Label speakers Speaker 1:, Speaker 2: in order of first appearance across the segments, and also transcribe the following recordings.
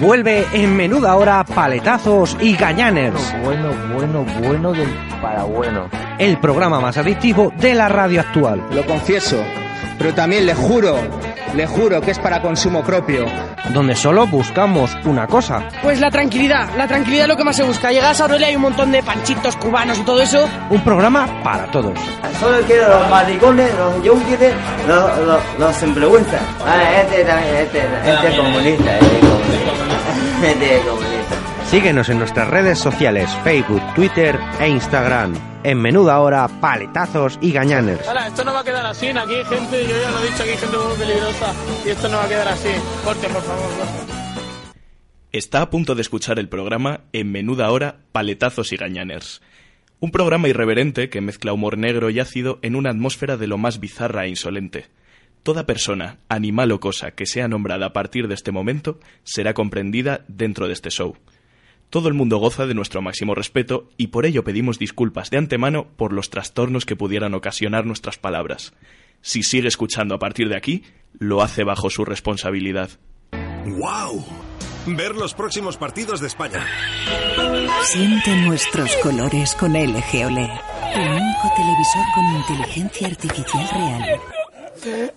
Speaker 1: Vuelve en menuda hora paletazos y gañaners,
Speaker 2: Bueno, bueno, bueno del para bueno.
Speaker 1: el programa más adictivo de la radio actual.
Speaker 3: Lo confieso, pero también le juro, le juro que es para consumo propio.
Speaker 1: donde solo buscamos una cosa,
Speaker 4: Pues la tranquilidad, la tranquilidad es lo que más se busca. Llegas a Aurelia y hay un montón de panchitos cubanos y todo eso.
Speaker 1: un programa para todos.
Speaker 5: Solo quiero los maricones, los yunques, los, los, los sinvergüenzas. Ah, este también, este, este
Speaker 1: eh.
Speaker 5: es comunista, este es comunista. Este es comunista.
Speaker 1: Síguenos en nuestras redes sociales, Facebook, Twitter e Instagram. En menuda hora, paletazos y gañaners.
Speaker 6: Hola, esto no va a quedar así. Aquí hay gente, yo ya lo he dicho, aquí hay gente muy peligrosa. Y esto no va a quedar así. Corte, por favor. corte.
Speaker 7: Está a punto de escuchar el programa En Menuda Hora, Paletazos y Gañaners. Un programa irreverente que mezcla humor negro y ácido en una atmósfera de lo más bizarra e insolente. Toda persona, animal o cosa que sea nombrada a partir de este momento será comprendida dentro de este show. Todo el mundo goza de nuestro máximo respeto y por ello pedimos disculpas de antemano por los trastornos que pudieran ocasionar nuestras palabras. Si sigue escuchando a partir de aquí, lo hace bajo su responsabilidad.
Speaker 8: ¡Wow! Ver los próximos partidos de España.
Speaker 9: Siente nuestros colores con LG OLED, tu único televisor con inteligencia artificial real.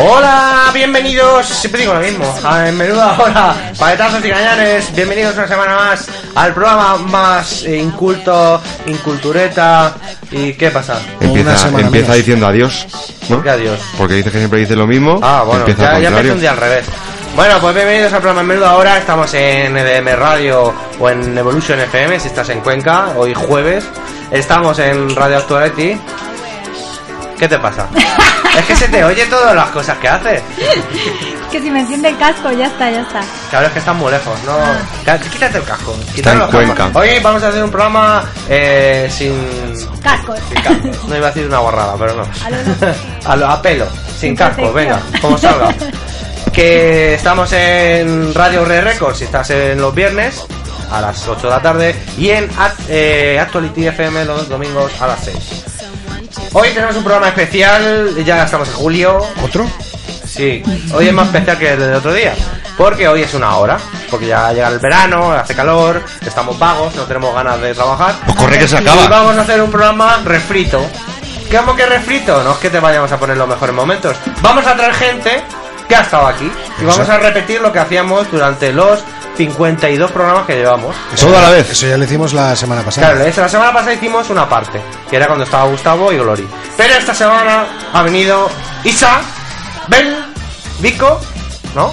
Speaker 1: Hola, bienvenidos, siempre digo lo mismo, a En menuda hora, paletazos y gañanes, bienvenidos una semana más al programa más eh, inculto, incultureta y ¿qué pasa?
Speaker 10: Empieza, empieza diciendo adiós, ¿no?
Speaker 1: Que adiós.
Speaker 10: Porque dices que siempre dices lo mismo.
Speaker 1: Ah, bueno,
Speaker 10: empieza
Speaker 1: ya,
Speaker 10: al
Speaker 1: ya
Speaker 10: contrario.
Speaker 1: empezó un día al revés. Bueno, pues bienvenidos al programa En Menudo ahora. Estamos en EDM Radio o en Evolution FM, si estás en Cuenca, hoy jueves. Estamos en Radio Actuality. ¿Qué te pasa? es que se te oye todas las cosas que haces.
Speaker 11: Que si me enciende el casco, ya está, ya está.
Speaker 1: Claro, es que están muy lejos, no.
Speaker 11: Ah.
Speaker 1: Cá- Quítate el casco.
Speaker 10: Está
Speaker 1: quítate
Speaker 10: en
Speaker 1: los cascos.
Speaker 10: Cuenca.
Speaker 1: Hoy vamos a hacer un programa eh, sin.
Speaker 11: Casco.
Speaker 1: sin casco. No iba a decir una guarrada, pero no.
Speaker 11: A lo-
Speaker 1: A, lo- a pelo, sin
Speaker 11: Sin
Speaker 1: casco,
Speaker 11: protección.
Speaker 1: venga, como salga. Que estamos en Radio Re Records, si estás en los viernes a las 8 de la tarde y en Act- eh, Actuality FM los domingos a las 6. Hoy tenemos un programa especial, ya estamos en julio. ¿Otro? Sí, hoy es más especial que el del otro día, porque hoy es una hora, porque ya llega el verano, hace calor, estamos vagos, no tenemos ganas de trabajar.
Speaker 10: Pues corre que se
Speaker 1: Y
Speaker 10: acaba.
Speaker 1: vamos a hacer un programa refrito. ¿Cómo que refrito? No es que te vayamos a poner los mejores momentos. Vamos a traer gente que ha estado aquí y vamos a repetir lo que hacíamos durante los 52 programas que llevamos.
Speaker 10: Todo a la vez.
Speaker 2: Eso ya lo hicimos la semana pasada.
Speaker 1: Claro, esta- la semana pasada hicimos una parte, que era cuando estaba Gustavo y Glory. Pero esta semana ha venido Isa, Ben, Vico, ¿no?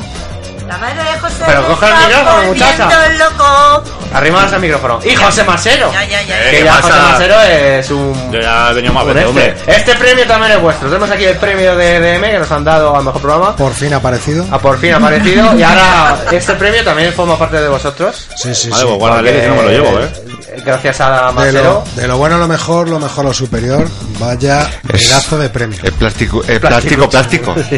Speaker 9: La madre de José
Speaker 1: Pero
Speaker 9: me
Speaker 1: coge el
Speaker 9: está
Speaker 1: micrófono, muchacha.
Speaker 9: volviendo loco.
Speaker 1: Arrimadas al micrófono. Y José Masero.
Speaker 9: Ya, ya, ya.
Speaker 8: Eh,
Speaker 1: Que
Speaker 8: ¿qué
Speaker 1: ya
Speaker 8: pasa?
Speaker 1: José Masero es un.
Speaker 8: Yo ya venía más
Speaker 1: un
Speaker 8: veces,
Speaker 1: este.
Speaker 8: hombre.
Speaker 1: Este premio también es vuestro. Tenemos aquí el premio de DM que nos han dado al mejor programa.
Speaker 2: Por fin ha aparecido.
Speaker 1: Ah, por fin ha aparecido. Y ahora este premio también forma parte de vosotros.
Speaker 2: Sí, sí,
Speaker 8: Vale,
Speaker 2: sí.
Speaker 8: pues guárdale que si no me lo llevo, ¿eh?
Speaker 1: Eh, Gracias a
Speaker 2: De
Speaker 1: Masero.
Speaker 2: lo, de lo bueno a lo mejor, lo mejor a lo superior. Vaya pedazo de premio.
Speaker 10: Es plástico, es plástico, plástico. Plástico,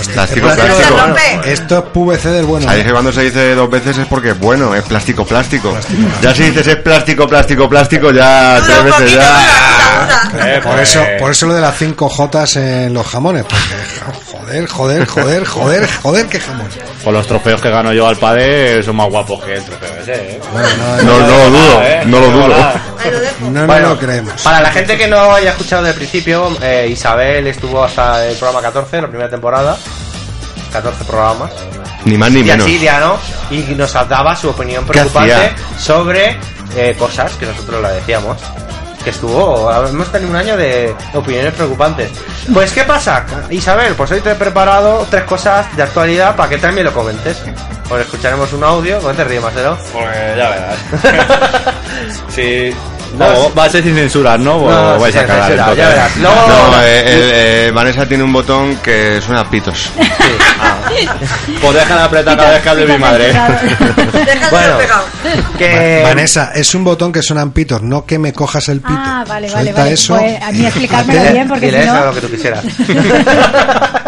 Speaker 2: Es
Speaker 10: plástico.
Speaker 2: plástico.
Speaker 9: López.
Speaker 2: Esto es PVC del bueno. ¿eh?
Speaker 10: Ahí es que cuando se dice dos veces es porque, bueno, es plástico, plástico. Ya si dices es plástico, plástico, plástico, ya
Speaker 9: Dura
Speaker 10: tres
Speaker 9: un
Speaker 10: veces
Speaker 9: poquito,
Speaker 10: ya.
Speaker 9: dura, dura, dura.
Speaker 8: Eh,
Speaker 2: Por
Speaker 8: pues,
Speaker 2: eso, por eso lo de las 5 Jotas en los jamones. Porque, joder, joder, joder, joder, joder, qué jamón.
Speaker 8: Por los trofeos que gano yo al padre son más guapos que el trofeo ese, ¿eh?
Speaker 2: Bueno, no,
Speaker 10: No, no lo dudo,
Speaker 8: Ah, eh,
Speaker 10: no lo dudo.
Speaker 8: verdad.
Speaker 9: Ahí lo dejo.
Speaker 2: no, no
Speaker 1: Bueno,
Speaker 2: lo creemos.
Speaker 1: Para la gente que no haya escuchado del principio, eh, Isabel estuvo hasta el programa 14, la primera temporada. 14 programas.
Speaker 10: Ni más ni
Speaker 1: y
Speaker 10: menos.
Speaker 1: así ya, ¿no? Y nos daba su opinión
Speaker 10: ¿Qué
Speaker 1: preocupante
Speaker 10: hacía?
Speaker 1: sobre eh, cosas que nosotros la decíamos. Que estuvo, hemos tenido un año de opiniones preocupantes. Pues, ¿qué pasa, Isabel? Pues hoy te he preparado tres cosas de actualidad para que también lo comentes. Pues escucharemos un audio. ¿Cómo te ríes, Marcelo?
Speaker 12: Pues ya verás. sí.
Speaker 1: No,
Speaker 12: No, va a ser sin censurar, ¿no? O
Speaker 1: No,
Speaker 12: vais
Speaker 1: sin
Speaker 12: a cagar
Speaker 1: censura,
Speaker 12: entonces.
Speaker 1: ya verás. No,
Speaker 10: No, eh, el, eh, Vanessa tiene un botón que suena a pitos.
Speaker 1: Ah.
Speaker 12: Pues dejan de apretar cada vez que hable mi madre.
Speaker 1: Bueno, que... em,
Speaker 2: Vanessa, es un botón que suenan pitos, no que me cojas el pito.
Speaker 11: Ah, vale, vale,
Speaker 2: Suelta
Speaker 11: vale.
Speaker 2: eso.
Speaker 11: Pues a mí explicármelo
Speaker 1: Dile-
Speaker 11: bien porque
Speaker 1: dile
Speaker 11: si
Speaker 1: eso
Speaker 11: no...
Speaker 1: lo que tú quisieras.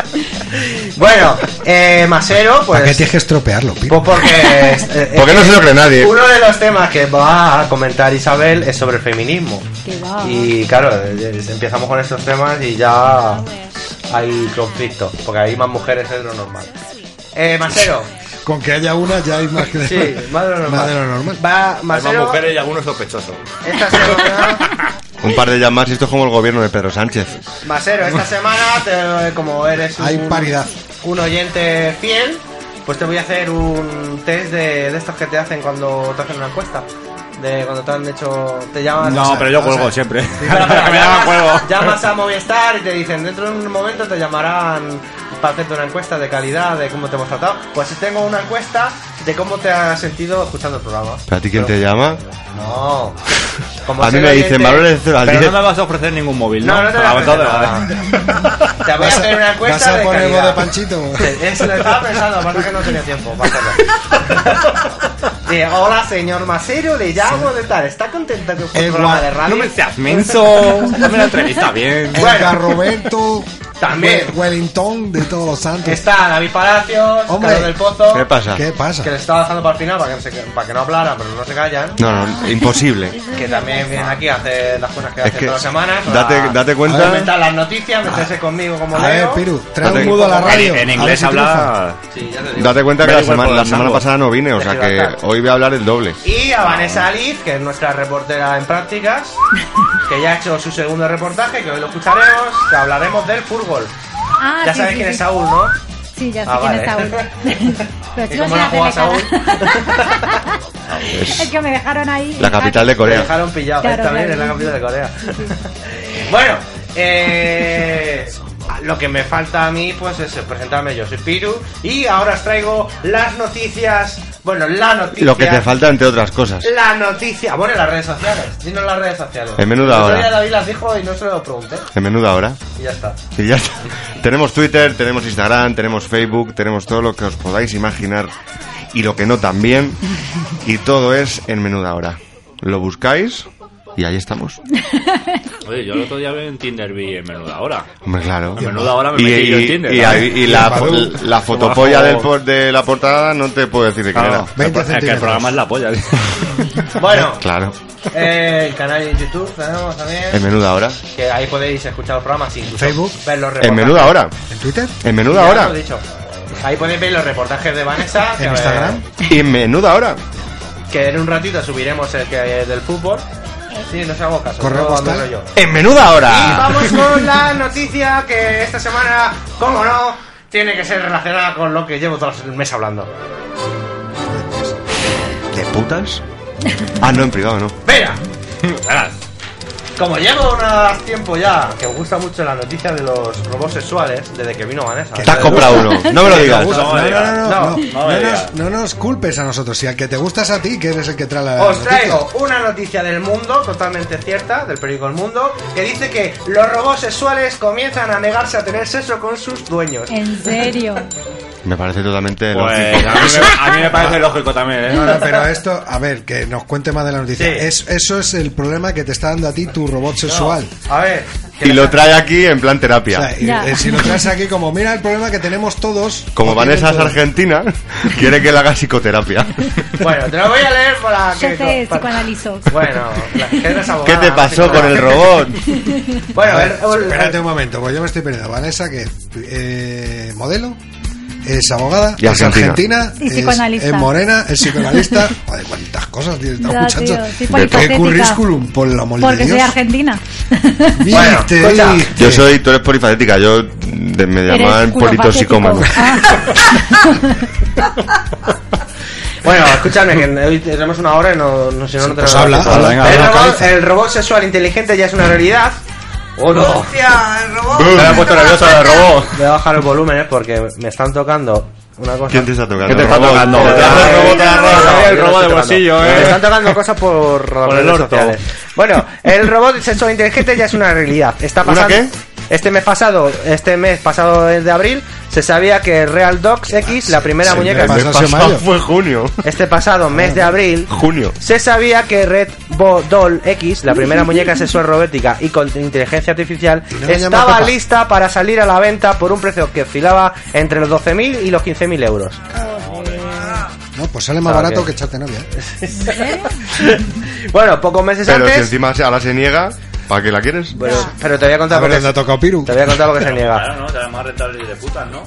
Speaker 1: bueno, eh, Masero, pues...
Speaker 2: ¿Para qué tienes que estropearlo, pito?
Speaker 1: Pues porque.
Speaker 10: ¿Por qué no se lo cree nadie?
Speaker 1: Uno de los temas que va a comentar Isabel es sobre el feminismo.
Speaker 11: Que
Speaker 13: Ah.
Speaker 11: va.
Speaker 1: Y claro, eh, empezamos con estos temas y ya hay conflicto, porque hay más mujeres es lo normal. Eh, Masero.
Speaker 2: Con que haya una ya hay más que
Speaker 1: Sí, más de lo normal.
Speaker 2: Más de lo normal.
Speaker 1: Va,
Speaker 12: Hay más
Speaker 1: Masero,
Speaker 12: mujeres y algunos sospechosos.
Speaker 10: Un par de llamadas y esto es como el gobierno de Pedro Sánchez.
Speaker 1: Masero, esta semana, te- como eres un,
Speaker 2: Hay paridad.
Speaker 1: un oyente fiel, pues te voy a hacer un test de, de estos que te hacen cuando te hacen una encuesta. De cuando te han hecho. Te llaman.
Speaker 12: No, pero yo cuelgo siempre. que me hagan
Speaker 1: Llamas-
Speaker 12: juego.
Speaker 1: Llamas a Movistar y te dicen, dentro de un momento te llamarán para hacerte una encuesta de calidad, de cómo te hemos tratado. Pues tengo una encuesta de cómo te has sentido escuchando el programa.
Speaker 10: ¿Pero a ti quién te llama?
Speaker 1: No. Como
Speaker 10: A mí
Speaker 1: ser
Speaker 10: me dicen
Speaker 1: oyente-
Speaker 10: valores de cero al
Speaker 12: Pero no
Speaker 10: 10.
Speaker 12: me vas a ofrecer ningún móvil, ¿no?
Speaker 1: No, no te voy a
Speaker 12: Ah,
Speaker 1: ofrecer
Speaker 12: todo,
Speaker 1: nada.
Speaker 12: vale.
Speaker 1: Te voy a hacer una encuesta
Speaker 2: ¿Vas a
Speaker 1: de
Speaker 2: poner voz
Speaker 1: calidad.
Speaker 2: de Panchito?
Speaker 1: Eso lo estaba pensando, aparte que no tenía tiempo para hacerlo. Sí, hola, señor Masero, le llamo de tal. ¿Está contenta que fue un
Speaker 12: Eh,
Speaker 1: programa
Speaker 12: guau,
Speaker 1: de radio?
Speaker 12: No me seas menso. Dame la entrevista bien.
Speaker 2: Edgar Roberto,
Speaker 1: También.
Speaker 2: We- Wellington de todos los santos.
Speaker 1: Está David Palacios,
Speaker 2: Hombre.
Speaker 1: Carlos del Pozo,
Speaker 10: ¿Qué pasa?
Speaker 2: ¿Qué pasa?
Speaker 1: que les estaba dejando para el final para que, se- para que no hablaran, pero no se callan.
Speaker 10: No, no, imposible.
Speaker 1: Que también vienen aquí a hacer las cosas que
Speaker 10: Es
Speaker 1: hacen
Speaker 10: que
Speaker 1: todas las semanas. para
Speaker 10: date- date cuenta-
Speaker 1: comentar las noticias, meterse conmigo como
Speaker 2: Ah. A ver,
Speaker 1: leo.
Speaker 2: Piru, trae
Speaker 10: Date-
Speaker 2: un mudo a la radio.
Speaker 12: En, en
Speaker 2: A ver
Speaker 12: inglés
Speaker 2: si triunfa.
Speaker 12: habla.
Speaker 1: Sí, ya te digo.
Speaker 10: Date cuenta que
Speaker 12: Me da
Speaker 10: la,
Speaker 12: igual
Speaker 10: semana,
Speaker 12: por
Speaker 10: la
Speaker 12: los
Speaker 10: semana
Speaker 12: ambos.
Speaker 10: pasada no vine, o sea que
Speaker 1: Deshidratar.
Speaker 10: hoy voy a hablar el doble.
Speaker 1: Y a Vanessa Liz, que es nuestra reportera en prácticas, que ya ha hecho su segundo reportaje, que hoy lo escucharemos, que hablaremos del fútbol.
Speaker 11: Ah,
Speaker 1: ya
Speaker 11: sí,
Speaker 1: sabes
Speaker 11: sí,
Speaker 1: quién
Speaker 11: sí.
Speaker 1: es Saúl, ¿no?
Speaker 11: Sí, ya sé
Speaker 1: Ah,
Speaker 11: quién es
Speaker 1: vale.
Speaker 11: Saúl. Pero
Speaker 1: ¿Y
Speaker 11: si no
Speaker 1: cómo
Speaker 11: se
Speaker 1: no
Speaker 11: hace
Speaker 1: juega Saúl?
Speaker 11: de cara. Es que me dejaron ahí.
Speaker 10: La capital de
Speaker 1: Lo
Speaker 10: Corea.
Speaker 1: dejaron pillado.
Speaker 11: Claro,
Speaker 1: Eh, también
Speaker 11: claro.
Speaker 1: es la capital de Corea. bueno, eh, lo que me falta a mí pues es presentarme yo. Soy Piru y ahora os traigo las noticias. Bueno, la noticia.
Speaker 10: Lo que te falta, entre otras cosas.
Speaker 1: La noticia. Bueno, en las redes sociales. Dinos las redes sociales.
Speaker 10: En menuda
Speaker 1: El otro
Speaker 10: hora.
Speaker 1: día David las dijo y no se lo pregunté.
Speaker 10: En menuda hora.
Speaker 1: Y ya está.
Speaker 10: Y ya está. Tenemos Twitter, tenemos Instagram, tenemos Facebook, tenemos todo lo que os podáis imaginar y lo que no también. Y todo es en menuda hora. Lo buscáis y ahí estamos.
Speaker 14: Oye, yo el otro día en Tinder vi en menuda ahora.
Speaker 10: Hombre, claro.
Speaker 14: En menuda hora me
Speaker 10: y,
Speaker 14: metí yo en
Speaker 10: y-
Speaker 14: Tinder,
Speaker 10: y
Speaker 14: ¿no?
Speaker 10: ahí- y la,
Speaker 14: Badoo.
Speaker 10: fo- la fotopolla
Speaker 14: Bajo.
Speaker 10: del por- de la portada no te puedo decir de quién
Speaker 14: Claro,
Speaker 10: era.
Speaker 14: el,
Speaker 2: 20
Speaker 14: pro- es que el
Speaker 2: centímetros.
Speaker 14: programa es la polla. tío.
Speaker 1: Bueno,
Speaker 10: Claro.
Speaker 1: eh, el canal de YouTube tenemos
Speaker 10: En
Speaker 1: también.
Speaker 10: menuda hora.
Speaker 1: Que ahí podéis escuchar el programa sin
Speaker 2: Facebook.
Speaker 1: Ver los
Speaker 10: En
Speaker 1: reportajes.
Speaker 10: menuda hora.
Speaker 2: ¿En Twitter?
Speaker 10: En
Speaker 1: Ya
Speaker 10: menuda
Speaker 1: lo
Speaker 10: hora.
Speaker 1: he dicho. Ahí podéis ver los reportajes de Vanessa. que,
Speaker 2: ¿En Instagram?
Speaker 10: Y en menuda hora.
Speaker 1: Que en un ratito subiremos el que del fútbol. Sí, no se hago caso.
Speaker 2: Correo
Speaker 1: luego
Speaker 2: postal.
Speaker 1: ando yo.
Speaker 10: En menuda
Speaker 1: Y
Speaker 10: hora.
Speaker 1: vamos con la noticia que esta semana, como no, tiene que ser relacionada con lo que llevo todo el mes hablando.
Speaker 10: ¿De putas? Ah, no, en privado no.
Speaker 1: Mira, como llevo un tiempo ya que me gusta mucho la noticia de los robots sexuales desde que vino Vanessa.
Speaker 10: Te has comprado uno. No me lo digas.
Speaker 2: No, no, no, no, no,
Speaker 1: No, no
Speaker 2: no
Speaker 1: me
Speaker 2: nos,
Speaker 1: digas.
Speaker 2: no nos culpes a nosotros. Si al que te gustas a ti, que eres el que trae la.
Speaker 1: Os
Speaker 2: noticia.
Speaker 1: traigo una noticia del mundo, totalmente cierta, del periódico El Mundo, que dice que los robots sexuales comienzan a negarse a tener sexo con sus dueños.
Speaker 11: En serio.
Speaker 10: Me parece totalmente
Speaker 12: Pues
Speaker 10: lógico.
Speaker 12: a mí, me, a mí me parece lógico también,
Speaker 2: No,
Speaker 12: ¿eh?
Speaker 2: no, pero esto, a ver, que nos cuente más de la noticia.
Speaker 1: Sí.
Speaker 2: Es, eso es el problema que te está dando a ti tu robot sexual.
Speaker 1: A ver,
Speaker 10: Y lo trae aquí en plan terapia.
Speaker 2: O sea, y-
Speaker 11: Ya.
Speaker 2: eh, si lo traes aquí como, mira el problema que tenemos todos.
Speaker 10: Como Vanessa es argentina, quiere que le haga psicoterapia.
Speaker 1: bueno, te lo voy a leer para
Speaker 11: Yo
Speaker 1: que...
Speaker 11: te
Speaker 1: para-
Speaker 11: psicoanalizo.
Speaker 1: Bueno, la gente es abogada,
Speaker 10: ¿Qué te
Speaker 1: no
Speaker 10: pasó con el robot?
Speaker 1: Bueno,
Speaker 2: A
Speaker 1: el-
Speaker 2: ver,
Speaker 1: el-
Speaker 2: espérate un momento, pues yo me estoy perdiendo. Vanessa, que eh, modelo, es abogada,
Speaker 10: Y
Speaker 2: es
Speaker 10: argentina.
Speaker 2: argentina,
Speaker 11: Y
Speaker 2: es,
Speaker 11: psicoanalista.
Speaker 2: es morena, es psicoanalista. Joder, cuántas cosas, tío, esta
Speaker 11: Ya,
Speaker 2: muchacha.
Speaker 11: tío, tipo
Speaker 2: ¿Qué
Speaker 11: hipotética.
Speaker 2: currículum? Por la mole
Speaker 11: Porque
Speaker 2: de
Speaker 11: soy
Speaker 2: Dios.
Speaker 11: argentina.
Speaker 2: Bueno,
Speaker 1: Este,
Speaker 2: escucha.
Speaker 10: Yo soy, tú eres polifacética, yo de- me
Speaker 11: Eres Ah,
Speaker 10: llamaban
Speaker 11: culo
Speaker 10: politoxicómano.
Speaker 1: Bueno, escúchame, que hoy tenemos una hora y no, no, si no, no tenemos
Speaker 2: pues habla,
Speaker 1: tiempo.
Speaker 2: habla, venga,
Speaker 1: el,
Speaker 2: habla,
Speaker 1: robot, el robot sexual inteligente ya es una realidad. ¡Oh, no!
Speaker 15: Hostia, el robot.
Speaker 1: Me
Speaker 15: ha puesto nerviosa
Speaker 1: el robot. Voy a bajar el volumen eh, porque me están tocando una cosa.
Speaker 10: ¿Quién te está tocando?
Speaker 1: ¿Qué te está
Speaker 10: Robot.
Speaker 1: tocando?
Speaker 10: Te hace el robot, te hace
Speaker 12: El
Speaker 1: No, yo
Speaker 10: el robot.
Speaker 1: no
Speaker 12: robot
Speaker 1: estoy
Speaker 12: de bolsillo,
Speaker 1: tocando.
Speaker 12: eh.
Speaker 1: Me están tocando cosas por, las
Speaker 12: el
Speaker 1: redes
Speaker 12: orto.
Speaker 1: sociales. Bueno, el robot sexual inteligente ya es una realidad. Está
Speaker 10: ¿Una
Speaker 1: pasando.
Speaker 10: qué?
Speaker 1: Este mes pasado, este mes pasado de abril, se sabía que Real Dogs X, la primera
Speaker 10: El
Speaker 1: muñeca
Speaker 10: mes pasado fue junio.
Speaker 1: este pasado mes de abril
Speaker 10: Junio.
Speaker 1: se sabía que Red Bo Doll X, la primera muñeca sexual robótica y con inteligencia artificial,
Speaker 2: no me llama
Speaker 1: estaba
Speaker 2: Pepa.
Speaker 1: lista para salir a la venta por un precio que oscilaba entre los 12.000 y los 15.000 euros.
Speaker 2: No, pues sale más
Speaker 1: Ah,
Speaker 2: barato
Speaker 1: ok.
Speaker 2: que echarte novia. ¿eh?
Speaker 1: Bueno, pocos meses
Speaker 10: Pero si
Speaker 1: antes...
Speaker 10: encima ahora se niega, ¿para qué la quieres?
Speaker 1: Pero, pero te voy a contar
Speaker 2: A ver,
Speaker 1: por qué-
Speaker 2: ¿dónde ha tocado Piru?
Speaker 1: Te voy a contar por qué se niega.
Speaker 14: Claro, ¿no? Te más rentable de putas, ¿no?